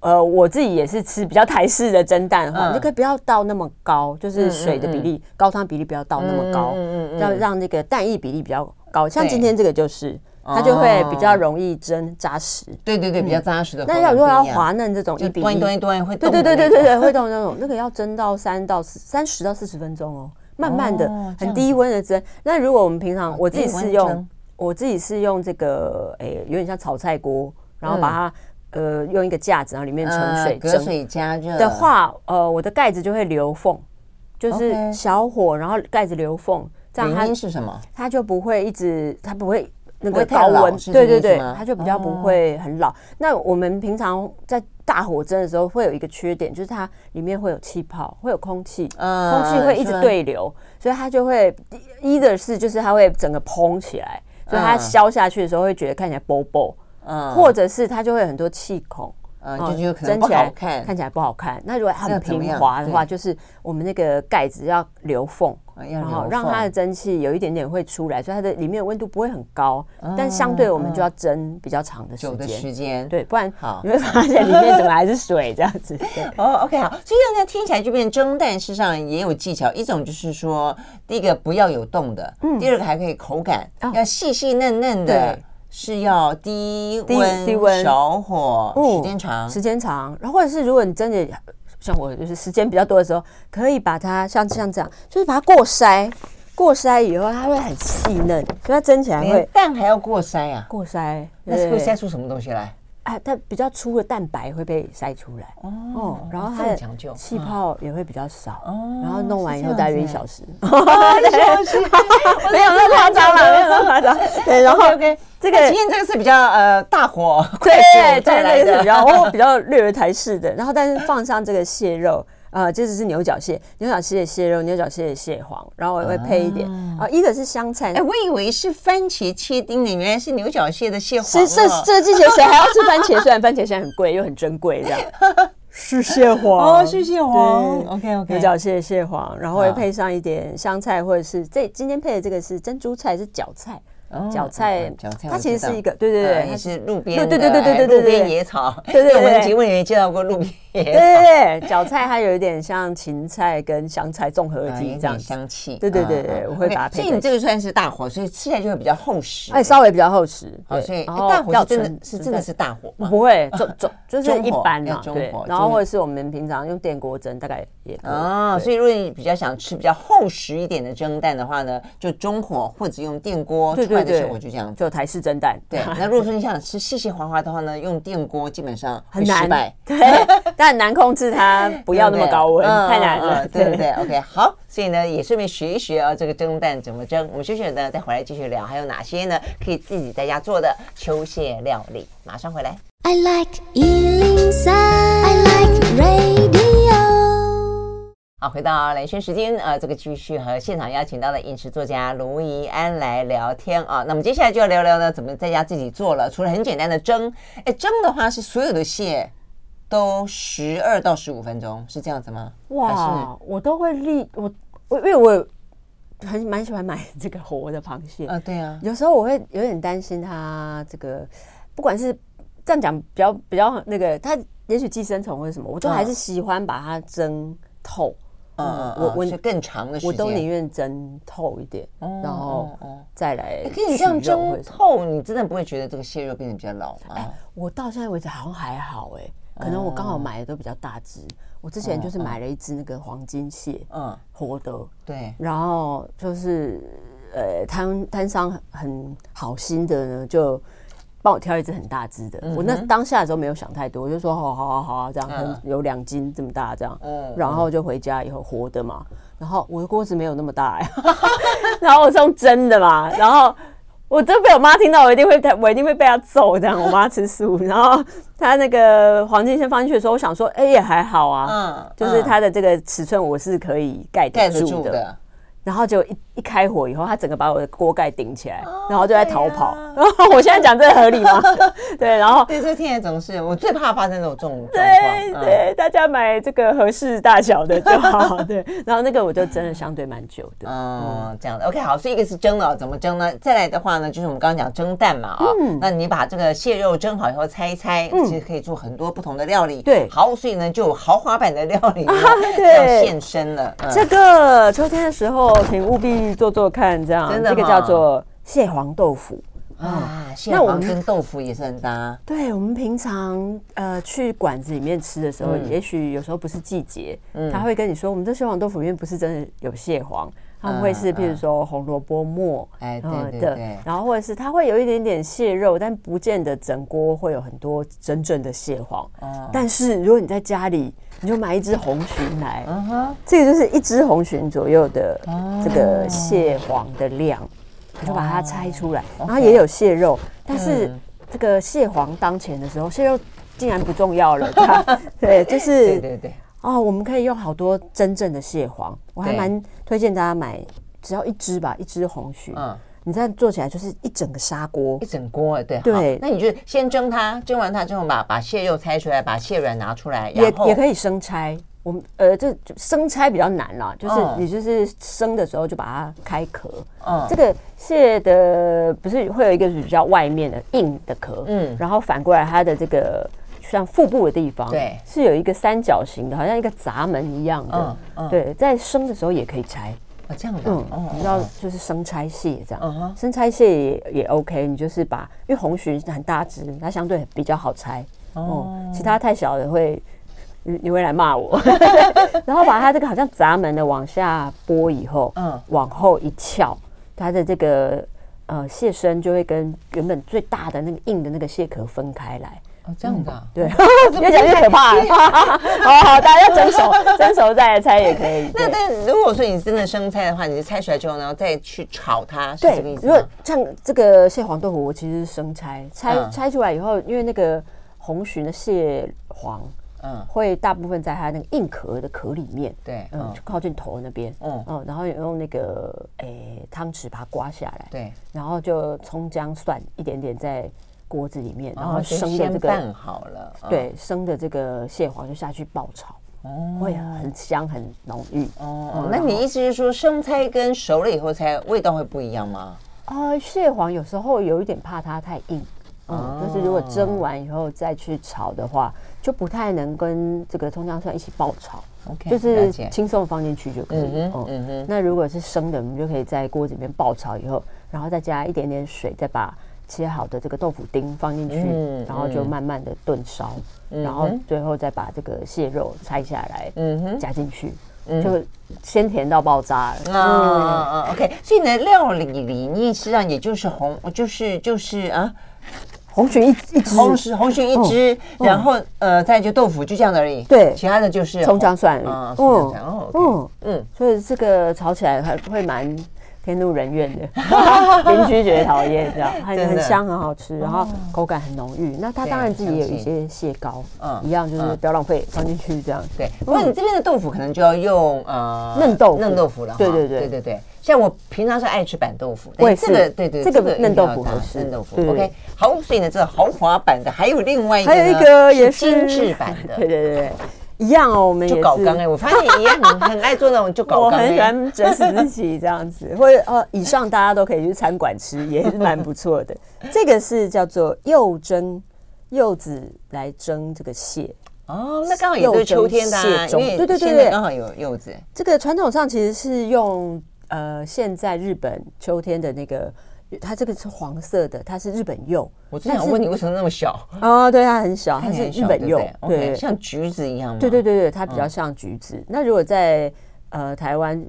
Speaker 2: 呃，我自己也是吃比较台式的蒸蛋的
Speaker 1: 嗯
Speaker 2: 话，你就可以不要倒那么高，就是水的比例、高汤比例不要倒那么高，
Speaker 1: 嗯嗯嗯嗯
Speaker 2: 要让那个蛋液比例比较高。像
Speaker 1: 对
Speaker 2: 今天这个就是，它就会比较容易蒸扎实。
Speaker 1: 对对对，比较扎实的口
Speaker 2: 嗯那
Speaker 1: 哦感不一
Speaker 2: 要
Speaker 1: 样。
Speaker 2: 如果要滑嫩这种
Speaker 1: 就
Speaker 2: 一比
Speaker 1: 端一
Speaker 2: 一，
Speaker 1: 端一端会动
Speaker 2: 对对
Speaker 1: 的那
Speaker 2: 对对
Speaker 1: 种
Speaker 2: 对对，会动那种，那个要蒸到三到三十到四十分钟哦，慢慢的
Speaker 1: 哦，这
Speaker 2: 很
Speaker 1: 样
Speaker 2: 低温的蒸。那如果我们平常我自己
Speaker 1: 低温
Speaker 2: 是用
Speaker 1: 蒸，
Speaker 2: 我自己是用这个，诶，有点像炒菜锅，然后把它呃用一个架子，然后里面盛
Speaker 1: 嗯呃
Speaker 2: 水
Speaker 1: 隔
Speaker 2: 蒸
Speaker 1: 水加热
Speaker 2: 的，话，呃，我的盖子就会留缝，就是
Speaker 1: OK
Speaker 2: 小火，然后盖子留缝，这样它
Speaker 1: 原因是什么？
Speaker 2: 它就不会一直，它不会那
Speaker 1: 不会
Speaker 2: 个
Speaker 1: 太
Speaker 2: 高
Speaker 1: 老
Speaker 2: 温，
Speaker 1: 是
Speaker 2: 对
Speaker 1: 这个意
Speaker 2: 对
Speaker 1: 思
Speaker 2: 对，
Speaker 1: 吗哦
Speaker 2: 它就比较不会很老。那我们平常在大火蒸的时候，会有一个缺点，就是它里面会有气泡，会有空气，
Speaker 1: 嗯
Speaker 2: 空气会一直
Speaker 1: 是啊
Speaker 2: 对流，所以它就会一的是就是它会整个膨起来，所以它
Speaker 1: 嗯
Speaker 2: 消下去的时候会觉得看起来薄薄，
Speaker 1: 嗯
Speaker 2: 或者是它就会有很多气孔。
Speaker 1: 呃，
Speaker 2: 哦
Speaker 1: 就就可能
Speaker 2: 蒸
Speaker 1: 不
Speaker 2: 起来
Speaker 1: 好看，
Speaker 2: 看起来不好看。那如果
Speaker 1: 那
Speaker 2: 很
Speaker 1: 怎么
Speaker 2: 平
Speaker 1: 样
Speaker 2: 滑的话，
Speaker 1: 对
Speaker 2: 就是我们那个盖子要留缝，
Speaker 1: 呃要
Speaker 2: 然后
Speaker 1: 留
Speaker 2: 让它的
Speaker 1: 缝
Speaker 2: 蒸汽有一点点会出来，所以它的里面的温度不会很高，但相对我们就要蒸比较长的时
Speaker 1: 啊久的
Speaker 2: 间。
Speaker 1: 时间。
Speaker 2: 对，不然
Speaker 1: 好
Speaker 2: 你会发现里面怎么还是水这样子。对
Speaker 1: 哦，OK，好，所以让它听起来就变蒸蛋，事实上也有技巧。一种就是说，第一个不要有冻的，第二个还可以口感、
Speaker 2: 啊
Speaker 1: 要细细嫩嫩的
Speaker 2: 嗯对，
Speaker 1: 是要低
Speaker 2: 低
Speaker 1: 温、
Speaker 2: 低温
Speaker 1: 小火、
Speaker 2: 哦
Speaker 1: 时间长。
Speaker 2: 时间长，然后或者是如果你真的像我，就是时间比较多的时候，可以把它像像这样，就是把它过筛，过筛以后它会很细嫩，所以它蒸起来
Speaker 1: 连
Speaker 2: 会
Speaker 1: 蛋还要过筛啊？
Speaker 2: 过筛，
Speaker 1: 那是
Speaker 2: 对
Speaker 1: 会筛出什么东西来？
Speaker 2: 啊，它比较粗的蛋白会被筛出来哦，然后
Speaker 1: 这
Speaker 2: 它
Speaker 1: 么
Speaker 2: 的
Speaker 1: 讲究
Speaker 2: 气
Speaker 1: 嗯
Speaker 2: 泡也会比较少，
Speaker 1: 哦
Speaker 2: 然后弄完
Speaker 1: 是
Speaker 2: 以
Speaker 1: 这样
Speaker 2: 后大约
Speaker 1: 子
Speaker 2: 一
Speaker 1: 欸
Speaker 2: 小时，
Speaker 1: 没有那么夸张了，没有那么夸张。
Speaker 2: 对，然后
Speaker 1: OK，
Speaker 2: 这
Speaker 1: 这
Speaker 2: 个
Speaker 1: 个今天这个是比较呃大火，
Speaker 2: 对
Speaker 1: 快速
Speaker 2: 对对
Speaker 1: 带来
Speaker 2: 对，
Speaker 1: 的
Speaker 2: 是比较哦比较略为台式的，然后但是放上这个蟹肉。呃，这只是牛角蟹，牛角蟹的蟹肉，牛角蟹的蟹黄，然后我也会配一点啊、一个是香菜，
Speaker 1: 哎，我以为是番茄切丁呢，原来是牛角蟹的蟹黄
Speaker 2: 这
Speaker 1: 啊。
Speaker 2: 这这季节谁还要吃番茄？虽然番茄现在很贵又很珍贵，这样 是蟹黄
Speaker 1: 哦是蟹黄 OK，OK
Speaker 2: 牛角蟹蟹黄，然后会
Speaker 1: 好
Speaker 2: 配上一点香菜或者是这今天配的这个是珍珠菜是角菜，
Speaker 1: 哦
Speaker 2: 角菜
Speaker 1: 嗯角菜我
Speaker 2: 它其
Speaker 1: 知
Speaker 2: 实
Speaker 1: 道
Speaker 2: 是一个对对
Speaker 1: 呃
Speaker 2: 对，
Speaker 1: 也
Speaker 2: 它
Speaker 1: 是路边的，
Speaker 2: 对对对对
Speaker 1: 哎
Speaker 2: 对对
Speaker 1: 路边
Speaker 2: 对
Speaker 1: 野草。
Speaker 2: 对对
Speaker 1: 我们的
Speaker 2: 对
Speaker 1: 节目里面介绍过路边野草，
Speaker 2: 对对对，角菜它有一点像芹菜跟香菜综合
Speaker 1: 啊有
Speaker 2: 体
Speaker 1: 一
Speaker 2: 这样
Speaker 1: 点
Speaker 2: 子，
Speaker 1: 香气。
Speaker 2: 对对对
Speaker 1: 嗯
Speaker 2: 对
Speaker 1: 嗯
Speaker 2: 我会
Speaker 1: OK，
Speaker 2: 把它配
Speaker 1: 所以你
Speaker 2: 在
Speaker 1: 这个算是大火，所以吃起来就会比较厚实。
Speaker 2: 哎，稍微比较厚实，
Speaker 1: 好，
Speaker 2: 对
Speaker 1: 所以哎
Speaker 2: 然后
Speaker 1: 大火
Speaker 2: 比较
Speaker 1: 是真
Speaker 2: 纯
Speaker 1: 的是
Speaker 2: 纯
Speaker 1: 真的
Speaker 2: 粹
Speaker 1: 是大火吗？
Speaker 2: 不会，中中就是
Speaker 1: 中
Speaker 2: 一
Speaker 1: 火
Speaker 2: 般
Speaker 1: 要
Speaker 2: 啊，
Speaker 1: 中
Speaker 2: 对
Speaker 1: 火。
Speaker 2: 然后
Speaker 1: 中
Speaker 2: 或者是我们平常用电锅蒸，大概也可以
Speaker 1: 啊，
Speaker 2: 对
Speaker 1: 所以如果你比较想吃比较厚实一点的蒸蛋的话呢，就中火或者用电锅
Speaker 2: 对
Speaker 1: 出来
Speaker 2: 对
Speaker 1: 的
Speaker 2: 对，
Speaker 1: 效果就这样子。
Speaker 2: 就台式 蒸蛋，
Speaker 1: 对，那如果说你想吃细细滑滑的话呢，用电锅基本上会
Speaker 2: 很
Speaker 1: 失
Speaker 2: 难
Speaker 1: 败。
Speaker 2: 对，但很难控制 它不要那么高温，
Speaker 1: 对不对
Speaker 2: 太难
Speaker 1: 嗯嗯
Speaker 2: 了。
Speaker 1: 嗯对对对。OK，好，所以呢也顺便学一学啊，这个蒸蛋怎么嗯蒸。我们休息了呢，再回来继续聊，还有哪些呢可以自己在家做的秋蟹料理？马上回来。
Speaker 3: I like Ealing Sound. I like radio.
Speaker 1: 好，回到蓝轩时间，呃，这个继续和现场邀请到的饮食作家卢怡安来聊天啊。那么接下来就要聊聊呢，怎么在家自己做了。除了很简单的蒸，哎，蒸的话是所有的蟹都十二到十五分钟，是这样子吗？还是
Speaker 2: 哇，我都会立我我因为我很蛮喜欢买这个活的螃蟹，
Speaker 1: 呃，对啊，
Speaker 2: 有时候我会有点担心它这个，不管是这样讲比较比较那个，它也许寄生虫或者什么，我都
Speaker 1: 嗯
Speaker 2: 还是喜欢把它蒸透。
Speaker 1: 嗯，
Speaker 2: 我
Speaker 1: 我
Speaker 2: 我
Speaker 1: 我是更长的时间，
Speaker 2: 我都宁愿蒸透一点，
Speaker 1: 哦
Speaker 2: 然后
Speaker 1: 哦哦
Speaker 2: 再
Speaker 1: 哎。
Speaker 2: 来取
Speaker 1: 可是你这样
Speaker 2: 肉哎或
Speaker 1: 蒸
Speaker 2: 者什么，
Speaker 1: 透，你真的不会觉得这个蟹肉变得比较老吗？
Speaker 2: 我到现在为止好像还好哎、可能我刚好买的都比较大只。我之前就是买了一只那个黄金蟹，
Speaker 1: 嗯，
Speaker 2: 活的，
Speaker 1: 对，
Speaker 2: 然后就是呃摊摊商很很好心的呢，就帮我挑一只很大只的。我那当下的时候没有想太多，我就说好好好好啊，这样、很有两斤这么大这样。
Speaker 1: 嗯
Speaker 2: 然后就回家以后活的嘛，然后我的锅子没有那么大、哎， 然后我是用蒸的嘛，然后。我真被我妈听到，我一定会，我一定会被她揍这样。我妈吃素，然后她那个黄金先放进去的时候，我想说，哎、也还好啊，
Speaker 1: 嗯
Speaker 2: 就是
Speaker 1: 嗯
Speaker 2: 它的这个尺寸我是可以盖
Speaker 1: 盖
Speaker 2: 得
Speaker 1: 得
Speaker 2: 住
Speaker 1: 住
Speaker 2: 的。
Speaker 1: 的。
Speaker 2: 然后就一一开火以后，他整个把我的锅盖顶起来，然后就在
Speaker 1: 哦对啊
Speaker 2: 逃
Speaker 1: 呀
Speaker 2: 跑。然后 我现在讲这个合理吗？ 对，然后
Speaker 1: 对，所以听起来总是我最怕发生这种状况。
Speaker 2: 对
Speaker 1: 嗯
Speaker 2: 对，大家买这个合适大小的就 好。对，然后那个我就真的相对蛮久的。
Speaker 1: 嗯，这样的 OK 好，所以一个是蒸的哦，怎么蒸呢？再来的话呢，就是我们刚刚讲蒸蛋嘛啊、
Speaker 2: 嗯
Speaker 1: 那你把这个蟹肉蒸好以后拆一拆，其实可以做很多不同的料理。
Speaker 2: 对啊
Speaker 1: 好，所以呢就有豪华版的料理
Speaker 2: 对
Speaker 1: 要现身了。嗯
Speaker 2: 这个秋天的时候，请务必做做看，这样
Speaker 1: 真的
Speaker 2: 这个
Speaker 1: 哈
Speaker 2: 叫做蟹黄豆腐。
Speaker 1: 啊，蟹
Speaker 2: 那我
Speaker 1: 黄
Speaker 2: 们
Speaker 1: 跟豆腐也是很搭。
Speaker 2: 对我们平常呃去馆子里面吃的时候，
Speaker 1: 嗯
Speaker 2: 也许有时候不是季节，他会跟你说，我们这蟹黄豆腐里面不是真的有蟹黄，他们会是
Speaker 1: 嗯
Speaker 2: 譬如说红萝卜末，
Speaker 1: 哎对
Speaker 2: 嗯
Speaker 1: 对
Speaker 2: 的
Speaker 1: 对
Speaker 2: 然后或者是它会有一点点蟹肉，但不见得整锅会有很多真正的蟹黄。
Speaker 1: 哦
Speaker 2: 但是如果你在家里，你就买一只红鲟来，这个就是一只红鲟左右的
Speaker 1: 哦
Speaker 2: 这个蟹黄的量，你就把它拆出来，然后也有蟹肉，但是
Speaker 1: 嗯
Speaker 2: 这个蟹黄当前的时候，蟹肉竟然不重 要了，它对，就
Speaker 1: 对
Speaker 2: 是
Speaker 1: 对对，
Speaker 2: 哦，我们可以用好多真正的蟹黄，我还
Speaker 1: 对
Speaker 2: 蛮推荐大家买，只要一只吧，一只红鲟，
Speaker 1: 嗯
Speaker 2: 你这样做起来就是一整个砂锅
Speaker 1: 一，整锅哎，对好
Speaker 2: 对
Speaker 1: 那你就先蒸它，蒸完它之后把把蟹肉拆出来，把蟹软拿出来，
Speaker 2: 也
Speaker 1: 然后
Speaker 2: 也可以生拆。我们呃，这就生拆比较难啦，就是
Speaker 1: 嗯
Speaker 2: 你就是生的时候就把它开壳。
Speaker 1: 嗯
Speaker 2: 这个蟹的不是会有一个比较外面的硬的壳，
Speaker 1: 嗯
Speaker 2: 嗯，然后反过来它的这个像腹部的地方，
Speaker 1: 对
Speaker 2: 是有一个三角形的，好像一个闸门一样的。
Speaker 1: 嗯嗯
Speaker 2: 对，在生的时候也可以拆，
Speaker 1: 哦这样的，
Speaker 2: 嗯
Speaker 1: 哦，哦
Speaker 2: 你知道就是生拆蟹这
Speaker 1: 嗯哼
Speaker 2: 样，生拆蟹也也 OK，你就是把因为红鲟很大只，它相对比较好拆，哦，其他太小的会。你你会来骂我， 然后把它这个好像闸门的往下拨以后，
Speaker 1: 嗯
Speaker 2: 嗯，往后一翘，它的这个呃蟹身就会跟原本最大的那个硬的那个蟹壳分开来，
Speaker 1: 哦这样的啊，
Speaker 2: 对，越讲越可怕了，好好，大家蒸 熟，蒸熟再来拆也可 以。对
Speaker 1: 那但如果说你真的生菜的话，你是拆出来之后，然后再去炒它，是这个
Speaker 2: 对
Speaker 1: 意，思
Speaker 2: 如果
Speaker 1: 吗？
Speaker 2: 像这个蟹黄豆腐，我其实是生拆，拆、
Speaker 1: 嗯
Speaker 2: 拆出来以后，因为那个红鲟的蟹黄
Speaker 1: 嗯，
Speaker 2: 会大部分在它那个硬壳的壳里面，
Speaker 1: 对
Speaker 2: 嗯
Speaker 1: 嗯，
Speaker 2: 就靠近头那边，
Speaker 1: 嗯
Speaker 2: 嗯嗯，然后用那个诶汤匙把它刮下来，
Speaker 1: 对，
Speaker 2: 然后就葱姜蒜一点点在锅子里面，然
Speaker 1: 然
Speaker 2: 后
Speaker 1: 后先
Speaker 2: 生的
Speaker 1: 先
Speaker 2: 这
Speaker 1: 拌
Speaker 2: 个
Speaker 1: 好了，嗯，
Speaker 2: 对生的这个蟹黄就下去爆炒，会很香很浓郁。
Speaker 1: 哦，
Speaker 2: 嗯
Speaker 1: 那
Speaker 2: 然
Speaker 1: 你
Speaker 2: 后
Speaker 1: 意思是说生菜跟熟了以后才味道会不一样吗？
Speaker 2: 啊，
Speaker 1: 哦
Speaker 2: 蟹黄有时候有一点怕它太硬，
Speaker 1: 哦
Speaker 2: 嗯，就是如果蒸完以后再去炒的话，就不太能跟这个葱姜蒜一起爆炒
Speaker 1: OK，
Speaker 2: 就是
Speaker 1: 了解
Speaker 2: 轻松地放进去就可以。
Speaker 1: 嗯哼
Speaker 2: 哦
Speaker 1: 嗯哼
Speaker 2: 那如果是生的，我们就可以在锅子里面爆炒以后，然后再加一点点水，再把切好的这个豆腐丁放进去，
Speaker 1: 嗯
Speaker 2: 然后就慢慢的炖烧，然后最后再把这个蟹肉拆下来，
Speaker 1: 嗯哼嗯
Speaker 2: 加进去，就鲜甜到爆炸了。嗯
Speaker 1: 啊、o k 所以你的料理理念实际上也就是红，就是就是啊，
Speaker 2: 红曲一一只，
Speaker 1: 红曲红曲一只，然后呃，再就豆腐，就这样而已。
Speaker 2: 嗯对
Speaker 1: 其他的就是
Speaker 2: 葱姜蒜
Speaker 1: 啊，
Speaker 2: 嗯
Speaker 1: 葱姜蒜哦，OK，嗯，
Speaker 2: 所以这个吵起来还会蛮天怒人怨的，邻居觉得讨厌这样，
Speaker 1: 真
Speaker 2: 很
Speaker 1: 的
Speaker 2: 很香，很好吃，然后口感很浓郁。那它
Speaker 1: 对
Speaker 2: 当然自己也有
Speaker 1: 相
Speaker 2: 一些蟹膏，
Speaker 1: 嗯
Speaker 2: 一样就是
Speaker 1: 嗯
Speaker 2: 不要浪费，放进去这样。
Speaker 1: 对。不过你这边的豆腐可能就要用呃
Speaker 2: 嗯嫩豆腐
Speaker 1: 嫩豆腐了哈。
Speaker 2: 对对对
Speaker 1: 对对对。像我平常是爱吃板豆腐，
Speaker 2: 我
Speaker 1: 但
Speaker 2: 也
Speaker 1: 这
Speaker 2: 是
Speaker 1: 个对对，
Speaker 2: 这个
Speaker 1: 一定
Speaker 2: 嫩豆腐
Speaker 1: 要搭
Speaker 2: 合适
Speaker 1: 嫩豆腐
Speaker 2: 对对对
Speaker 1: OK。好，所以呢，这个豪华版的还有另外一个呢，
Speaker 2: 还有一个也是
Speaker 1: 精致版的，
Speaker 2: 对对对对，一样哦，我们也
Speaker 1: 就是搞刚哎，我发现也很很爱做那 种就搞
Speaker 2: 我
Speaker 1: 刚
Speaker 2: 很喜
Speaker 1: 哎。
Speaker 2: 欢整死自己这样子，或者哦，以上大家都可以去餐馆吃，也是蛮不错的。这个是叫做柚蒸，柚子来蒸这个蟹。
Speaker 1: 哦，那刚好也对秋天的啊，
Speaker 2: 柚子
Speaker 1: 因为
Speaker 2: 蟹对对对
Speaker 1: 现在
Speaker 2: 对
Speaker 1: 刚好有柚子，
Speaker 2: 这个传统上其实是用呃，现在日本秋天的那个，它这个是黄色的，它是日本柚。
Speaker 1: 我真想问你为什么那么小？
Speaker 2: 哦，对，它很小，它
Speaker 1: 看起来
Speaker 2: 是
Speaker 1: 很
Speaker 2: 日
Speaker 1: 小
Speaker 2: 本柚，
Speaker 1: 对不对 OK，像橘子一嗯样嘛。
Speaker 2: 对对对对，它比较像橘子。那如果在呃台湾，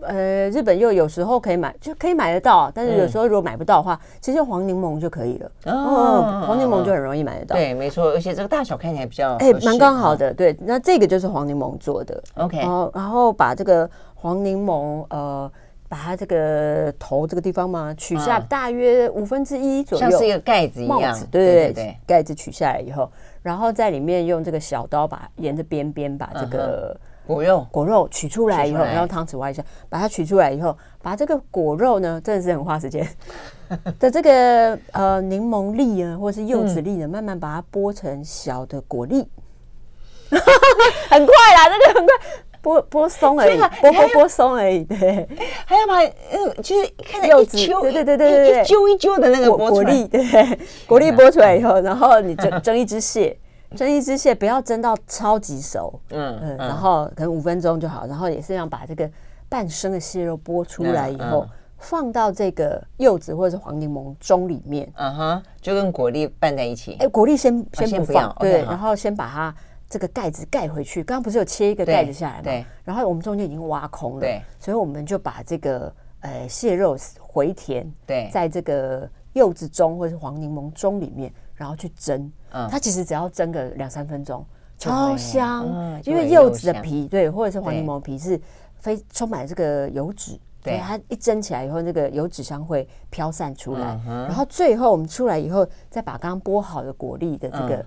Speaker 2: 呃日本柚有时候可以买，就可以买得到，啊但
Speaker 1: 嗯
Speaker 2: 是有时候如果买不到的话，其实用黄柠檬就可以了。
Speaker 1: 哦
Speaker 2: 嗯，黄柠檬就很容易买得到。，
Speaker 1: 对，没错，而且这个大小看起来比较
Speaker 2: 哎
Speaker 1: 合，适嗯
Speaker 2: 蛮刚好。哦的。对，那这个就是黄柠檬做的。
Speaker 1: OK，
Speaker 2: 然后然后把这个黄柠檬呃。把它这个头这个地方嘛，取下
Speaker 1: 嗯
Speaker 2: 大约五分之一左右，
Speaker 1: 像是一个盖子一
Speaker 2: 帽
Speaker 1: 样
Speaker 2: 子，，对对
Speaker 1: 对
Speaker 2: 对，盖子取下来以后，然后在里面用这个小刀把沿着边边把这
Speaker 1: 嗯
Speaker 2: 个
Speaker 1: 果肉
Speaker 2: 果肉取出来以
Speaker 1: 取
Speaker 2: 后，
Speaker 1: 出来
Speaker 2: 然后汤匙挖一下，把它取出来以后，把这个果肉呢，真的是很花时间 的这个呃柠檬粒呢，或者是柚子粒
Speaker 1: 嗯
Speaker 2: 呢，慢慢把它剥成小的 果粒，很快啦，这个很快。剥剥松而已，
Speaker 1: 天啊
Speaker 2: 剥剥剥松而已，对，
Speaker 1: 还要把嗯，就是看着
Speaker 2: 柚
Speaker 1: 一
Speaker 2: 子
Speaker 1: 揪，
Speaker 2: 对对
Speaker 1: 一
Speaker 2: 对对对
Speaker 1: 一
Speaker 2: 对
Speaker 1: 一揪一揪的那个
Speaker 2: 果
Speaker 1: 剥出
Speaker 2: 果
Speaker 1: 来啊
Speaker 2: 粒，对，果粒剥出来以后，然后你蒸蒸一只蟹，蒸一只蟹不要蒸到超级熟，
Speaker 1: 嗯
Speaker 2: 嗯，然
Speaker 1: 嗯，
Speaker 2: 后可能五分钟就好，然后也是要把这个半生的蟹肉剥出来以
Speaker 1: 嗯
Speaker 2: 后
Speaker 1: 嗯，
Speaker 2: 放到这个柚子或者是黄柠檬盅里面，
Speaker 1: 嗯哼，就跟果粒拌在一起
Speaker 2: 哎，。果粒先
Speaker 1: 啊先
Speaker 2: 先不
Speaker 1: 不要
Speaker 2: 放，对，
Speaker 1: OK，好
Speaker 2: 然后先把它这个盖子盖回去。刚刚不是有切一个
Speaker 1: 对
Speaker 2: 盖子下来
Speaker 1: 对
Speaker 2: 嘛？然后我们中间已经挖空了
Speaker 1: 对，
Speaker 2: 所以我们就把这个呃蟹肉回填，
Speaker 1: 对
Speaker 2: 在这个柚子盅或是黄柠檬盅里面，然后去蒸。
Speaker 1: 嗯
Speaker 2: 它其实只要蒸个两三分钟，
Speaker 1: 会了
Speaker 2: 超哦香
Speaker 1: 嗯，就
Speaker 2: 因为
Speaker 1: 很
Speaker 2: 柚
Speaker 1: 柚
Speaker 2: 子的
Speaker 1: 香
Speaker 2: 皮对，或者是黄
Speaker 1: 对
Speaker 2: 柠檬皮是非充满这个油脂。
Speaker 1: 对
Speaker 2: 所以它一蒸起来以后，那个油脂香会飘散出来
Speaker 1: 嗯，哼
Speaker 2: 然后最后我们出来以后，再把刚刚剥好的果粒的这
Speaker 1: 嗯
Speaker 2: 个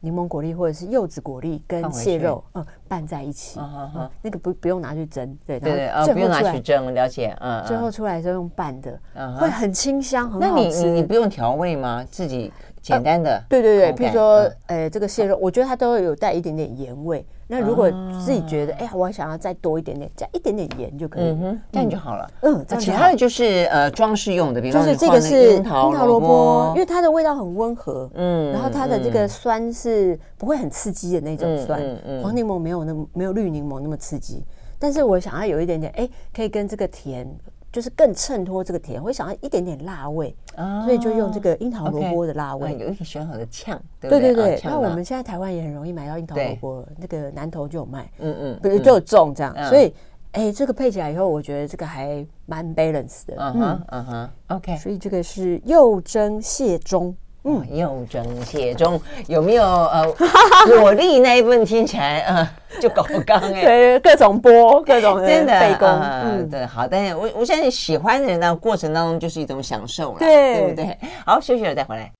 Speaker 2: 柠檬果粒或者是柚子果粒跟
Speaker 1: 放回去
Speaker 2: 蟹肉，嗯，拌在一起，
Speaker 1: 嗯哼哼
Speaker 2: 嗯那个不不用拿去蒸，对
Speaker 1: 对对，
Speaker 2: 然后
Speaker 1: 呃，
Speaker 2: 最
Speaker 1: 不用
Speaker 2: 后
Speaker 1: 拿
Speaker 2: 出
Speaker 1: 去
Speaker 2: 来，
Speaker 1: 蒸，了解，嗯，
Speaker 2: 最后
Speaker 1: 嗯
Speaker 2: 出来就用拌的
Speaker 1: 嗯，哼
Speaker 2: 会很清香，很
Speaker 1: 那
Speaker 2: 好
Speaker 1: 你你你
Speaker 2: 吃呃
Speaker 1: 不。用调味吗？自己简单的口感，
Speaker 2: 对对对，譬如说
Speaker 1: 嗯，
Speaker 2: 呃，这个蟹肉，我觉得它都有带一点点盐味。那如果自己觉得，哎呀，我想要再多一点点，加一点点盐就可以
Speaker 1: 嗯。哼，这样就好了。
Speaker 2: 嗯，
Speaker 1: 那
Speaker 2: 这样
Speaker 1: 其
Speaker 2: 就
Speaker 1: 他
Speaker 2: 好
Speaker 1: 的就是呃装饰用的，比
Speaker 2: 就
Speaker 1: 方
Speaker 2: 是
Speaker 1: 你
Speaker 2: 这
Speaker 1: 放
Speaker 2: 个
Speaker 1: 那
Speaker 2: 是
Speaker 1: 樱桃萝
Speaker 2: 萝卜
Speaker 1: 卜，
Speaker 2: 因，为它的味道很温和，
Speaker 1: 嗯
Speaker 2: 嗯，然后它的这个酸是不会很刺激的那种酸
Speaker 1: 嗯嗯嗯，
Speaker 2: 黄柠檬没有那么没有绿柠檬那么刺激，但是我想要有一点点，哎，可以跟这个甜。就是更衬托这个甜，我想要一点点辣味，
Speaker 1: 啊
Speaker 2: 所以就用这个樱桃
Speaker 1: OK
Speaker 2: 萝卜的辣
Speaker 1: 啊
Speaker 2: 味。
Speaker 1: 有一点选好的呛，对不
Speaker 2: 对对
Speaker 1: 啊
Speaker 2: 对，
Speaker 1: 呛
Speaker 2: 那我
Speaker 1: 辣
Speaker 2: 们现在台湾也很容易买到樱桃萝卜了，那个南投就有卖，
Speaker 1: 嗯嗯
Speaker 2: 不是就有种这样，
Speaker 1: 嗯
Speaker 2: 所以哎，这个配起来以后，我觉得这个还蛮 balance 的。
Speaker 1: 嗯哼嗯哼，OK。
Speaker 2: 所以这个是柚蒸蟹中，
Speaker 1: 嗯，又蒸蟹中有没有呃 果粒那一部分听起来呃就搞不刚哎，
Speaker 2: 对，各种剥，各种
Speaker 1: 真的
Speaker 2: 背弓，
Speaker 1: 呃
Speaker 2: 嗯，
Speaker 1: 对，好，但是我我相信喜欢的人呢，过程当中就是一种享受了，
Speaker 2: 对
Speaker 1: 对不对？好，休息了再回来。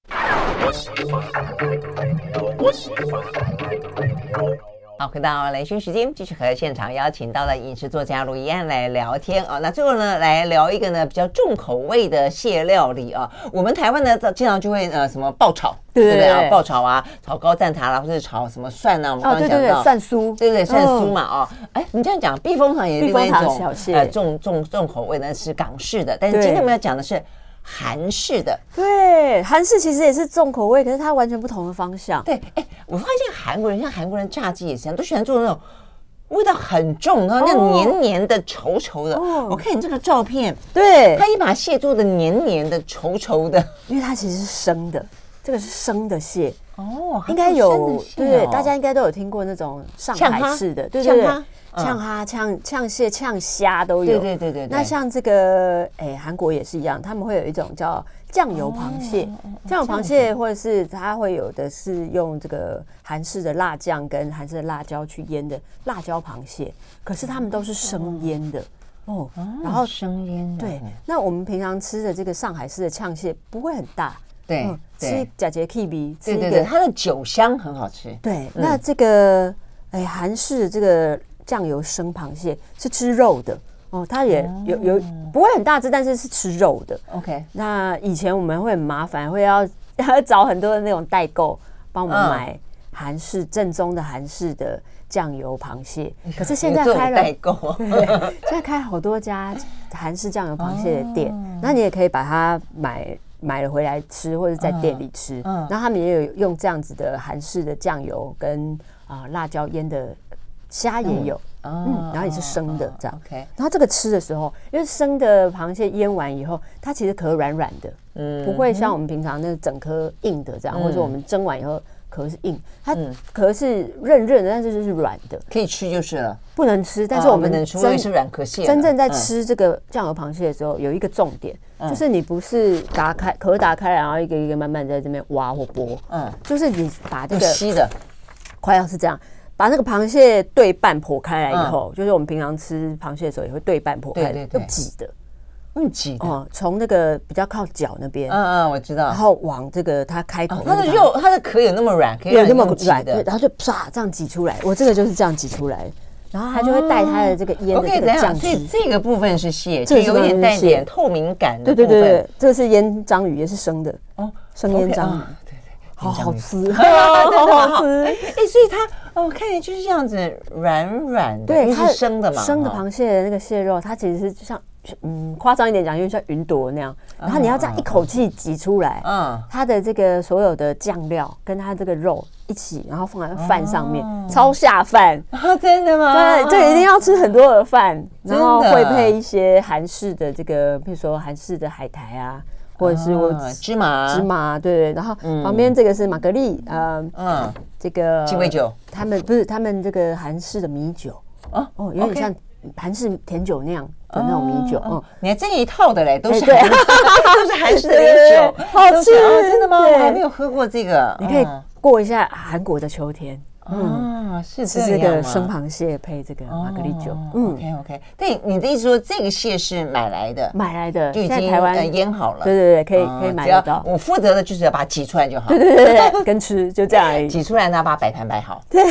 Speaker 1: 好，回到雷军时间，继续和现场邀请到了饮食作家卢怡安来聊天哦。那最后呢，来聊一个呢比较重口味的蟹料理啊、我们台湾呢，经常就会呃什么爆炒，
Speaker 2: 对
Speaker 1: 不对啊？
Speaker 2: 对
Speaker 1: 爆炒啊，炒高蛋挞啦，或者炒什么蒜啊，我们刚
Speaker 2: 哦，
Speaker 1: 刚
Speaker 2: 对
Speaker 1: 讲
Speaker 2: 对
Speaker 1: 到，
Speaker 2: 对，蒜酥，
Speaker 1: 对对，蒜酥
Speaker 2: 嗯
Speaker 1: 嘛，哦，哎，你这样讲，避风塘也是
Speaker 2: 避
Speaker 1: 另外一
Speaker 2: 风塘
Speaker 1: 种
Speaker 2: 小蟹
Speaker 1: 呃重重重口味呢，是港式的，但是
Speaker 2: 对
Speaker 1: 今天我们要讲的是韩式的。
Speaker 2: 对，韩式其实也是重口味，可是它完全不同的方向。
Speaker 1: 对，哎，我发现韩国人像韩国人炸鸡也是一样，都喜欢做那种味道很重，然后那种
Speaker 2: 哦
Speaker 1: 黏黏的、稠稠的。
Speaker 2: 哦
Speaker 1: 我看你这个照片，
Speaker 2: 对
Speaker 1: 他，一把蟹做的黏黏的、稠稠的，
Speaker 2: 因为它其实是生的，这个是生的蟹，
Speaker 1: 哦，
Speaker 2: 应该有对，大家
Speaker 1: 呛
Speaker 2: 应该都有听过那种上
Speaker 1: 呛
Speaker 2: 海
Speaker 1: 哈
Speaker 2: 式的，对对对，
Speaker 1: 它，嗯
Speaker 2: 呛哈、呛呛蟹、呛虾都有。
Speaker 1: 对对对对，
Speaker 2: 那像这个，哎、韩国也是一样，他们会有一种叫酱油螃
Speaker 1: 哦
Speaker 2: 蟹，酱、油螃蟹或者是它会有的是用这个韩式的辣酱跟韩式的辣椒去腌的辣椒螃蟹，可是它们都是生腌的哦。
Speaker 1: 嗯
Speaker 2: 然后
Speaker 1: 生腌的，
Speaker 2: 对，那我们平常吃的这个上海式的呛蟹不会很大，
Speaker 1: 对
Speaker 2: 嗯，吃
Speaker 1: 哎对
Speaker 2: 假节 K B，吃
Speaker 1: 对
Speaker 2: 一
Speaker 1: 对对，嗯
Speaker 2: 个
Speaker 1: 它的酒香很好吃，
Speaker 2: 对。那这个哎，韩式的这个酱油生螃蟹是吃肉的哦，它也有有
Speaker 1: 哦
Speaker 2: 不会很大只，但是是吃肉的。
Speaker 1: OK，
Speaker 2: 那以前我们会很麻烦，会要 要找很多的那种代购帮我们
Speaker 1: 嗯
Speaker 2: 买韩式正宗的韩式的酱油螃蟹，可是现
Speaker 1: 有
Speaker 2: 在
Speaker 1: 这种
Speaker 2: 开了
Speaker 1: 代购，
Speaker 2: 对，现在开好多家韩式酱油螃蟹的店，
Speaker 1: 哦
Speaker 2: 那你也可以把它买买了回来吃，或者在店里吃。
Speaker 1: 嗯
Speaker 2: 然后他们也有用这样子的韩式的酱油跟啊、呃辣椒腌的虾也有，
Speaker 1: 嗯
Speaker 2: 然后也是生的这样
Speaker 1: ，OK，
Speaker 2: 然后这个吃的时候，因为生的螃蟹腌完以后，它其实壳软软的，
Speaker 1: 嗯
Speaker 2: 不会像我们平常那整颗硬的这样，或者我们蒸完以后壳是硬，它
Speaker 1: 嗯
Speaker 2: 壳是韧韧的，但是就是软的，
Speaker 1: 可以吃就是了。
Speaker 2: 不能吃。
Speaker 1: 但
Speaker 2: 但是
Speaker 1: 是
Speaker 2: 我
Speaker 1: 我们啊
Speaker 2: 们
Speaker 1: 能
Speaker 2: 蒸
Speaker 1: 说是软壳蟹了，
Speaker 2: 真正在
Speaker 1: 嗯
Speaker 2: 吃这个酱油螃蟹的时候，有一个重点，就是你不是打开壳打开来，然后一个一个慢慢在这边挖或剥，
Speaker 1: 嗯
Speaker 2: 就是你把这
Speaker 1: 用
Speaker 2: 个
Speaker 1: 吸的，
Speaker 2: 快要是这样，把那个螃蟹对半剖开来以后，就是我们平常吃螃蟹的时候也会对半剖开，
Speaker 1: 嗯对对对
Speaker 2: 用挤的
Speaker 1: 用挤的。
Speaker 2: 哦，从那个比较靠脚那边，
Speaker 1: 嗯嗯，我知道
Speaker 2: 然。后往这个它开口
Speaker 1: 它
Speaker 2: 那
Speaker 1: 的
Speaker 2: 个
Speaker 1: 肉，它的壳有那么软，可以
Speaker 2: 有
Speaker 1: 让
Speaker 2: 那
Speaker 1: 你
Speaker 2: 么
Speaker 1: 用挤
Speaker 2: 软，对
Speaker 1: 的。
Speaker 2: 然后就唰这样挤出来，我这个就是这样挤出来，然后它就会带它的这个腌的
Speaker 1: OK，等
Speaker 2: 这个
Speaker 1: 一下，
Speaker 2: 酱
Speaker 1: 所
Speaker 2: 汁
Speaker 1: 以。这个部分是蟹，
Speaker 2: 这
Speaker 1: 就
Speaker 2: 个是
Speaker 1: 有点
Speaker 2: 螃
Speaker 1: 带
Speaker 2: 蟹
Speaker 1: 点透明感的
Speaker 2: 对
Speaker 1: 部
Speaker 2: 对
Speaker 1: 分。
Speaker 2: 对对，这个是腌章鱼，也是生的，
Speaker 1: 哦，
Speaker 2: 生腌章鱼
Speaker 1: OK，啊，对对，
Speaker 2: 好
Speaker 1: 腌
Speaker 2: 好
Speaker 1: 章鱼。
Speaker 2: 吃，好好吃。
Speaker 1: 哎，所以它哦，看起来就是这样子软软的，因
Speaker 2: 对，
Speaker 1: 为是生的嘛，
Speaker 2: 生的
Speaker 1: 哈
Speaker 2: 螃蟹的那个蟹肉，它其实是就像，嗯，夸张一点讲，有点像云朵那样，
Speaker 1: 啊
Speaker 2: 然后你要这样一口气挤出来，
Speaker 1: 嗯，
Speaker 2: 它的这个所有的酱料跟它这个肉一起，然后放在饭上面，超下饭。
Speaker 1: 啊，真的吗？
Speaker 2: 对，这个一定要吃很多的饭，
Speaker 1: 真的
Speaker 2: 然后会配一些韩式的这个，譬如说韩式的海苔啊，或者是我
Speaker 1: 啊芝麻，
Speaker 2: 芝，麻，对对，然后旁边这个是玛格丽，呃，
Speaker 1: 嗯，
Speaker 2: 这个
Speaker 1: 鸡尾酒，
Speaker 2: 他们不是他们这个韩式的米酒
Speaker 1: 哦
Speaker 2: 哦，有点
Speaker 1: OK
Speaker 2: 像韩式甜酒那样的那种米酒，嗯，
Speaker 1: 你还真一套的嘞，都是
Speaker 2: 哎对
Speaker 1: 韩都是韩式 的
Speaker 2: 对
Speaker 1: 那酒，
Speaker 2: 好
Speaker 1: 都是
Speaker 2: 吃
Speaker 1: 啊真的吗？
Speaker 2: 对
Speaker 1: 我还没有喝过这个，
Speaker 2: 你可以
Speaker 1: 嗯
Speaker 2: 过一下韩国的秋天，
Speaker 1: 啊，是
Speaker 2: 吃这
Speaker 1: 样吗
Speaker 2: 个生螃蟹配这个玛格丽酒，
Speaker 1: 嗯
Speaker 2: 嗯，
Speaker 1: ，OK OK，对，你的意思说这个蟹是买来的，
Speaker 2: 买来的，
Speaker 1: 就已
Speaker 2: 现在
Speaker 1: 经
Speaker 2: 台湾
Speaker 1: 呃腌好了，
Speaker 2: 对对对，可以
Speaker 1: 啊
Speaker 2: 可以买
Speaker 1: 只
Speaker 2: 得
Speaker 1: 要
Speaker 2: 到，
Speaker 1: 我负责的就是要把它挤出来就好，
Speaker 2: 对对对对，跟吃就这 样而已，
Speaker 1: 挤出来呢，把它摆盘摆好
Speaker 2: 对，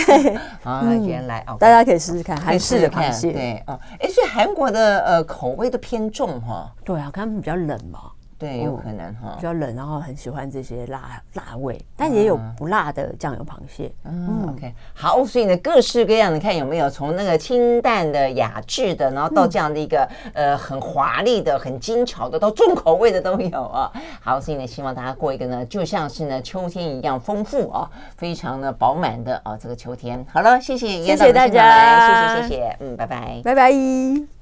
Speaker 2: 嗯
Speaker 1: 啊，原来哦，
Speaker 2: 大家可以试试看
Speaker 1: 可以
Speaker 2: 韩
Speaker 1: 试
Speaker 2: 式
Speaker 1: 试
Speaker 2: 的螃
Speaker 1: 看，
Speaker 2: 蟹，
Speaker 1: 对啊，哎，所以韩国的呃口味都偏重哈，
Speaker 2: 对啊，他们比较冷嘛。
Speaker 1: 对，有可能哈
Speaker 2: 比，较冷，然后很喜欢这些辣辣味，但也有不辣的酱油螃蟹。
Speaker 1: 嗯，OK，好，所以呢，各式各样，你看有没有从那个清淡的、雅致的，然后到这样的一个、呃很华丽的、很精巧的，到重口味的都有啊。 好，所以呢，希望大家过一个呢，就像是呢秋天一样丰富啊，非常呢饱满的啊这个秋天。好了，谢谢，
Speaker 2: 谢谢大家
Speaker 1: 谢谢谢谢，嗯，拜拜。
Speaker 2: 拜拜。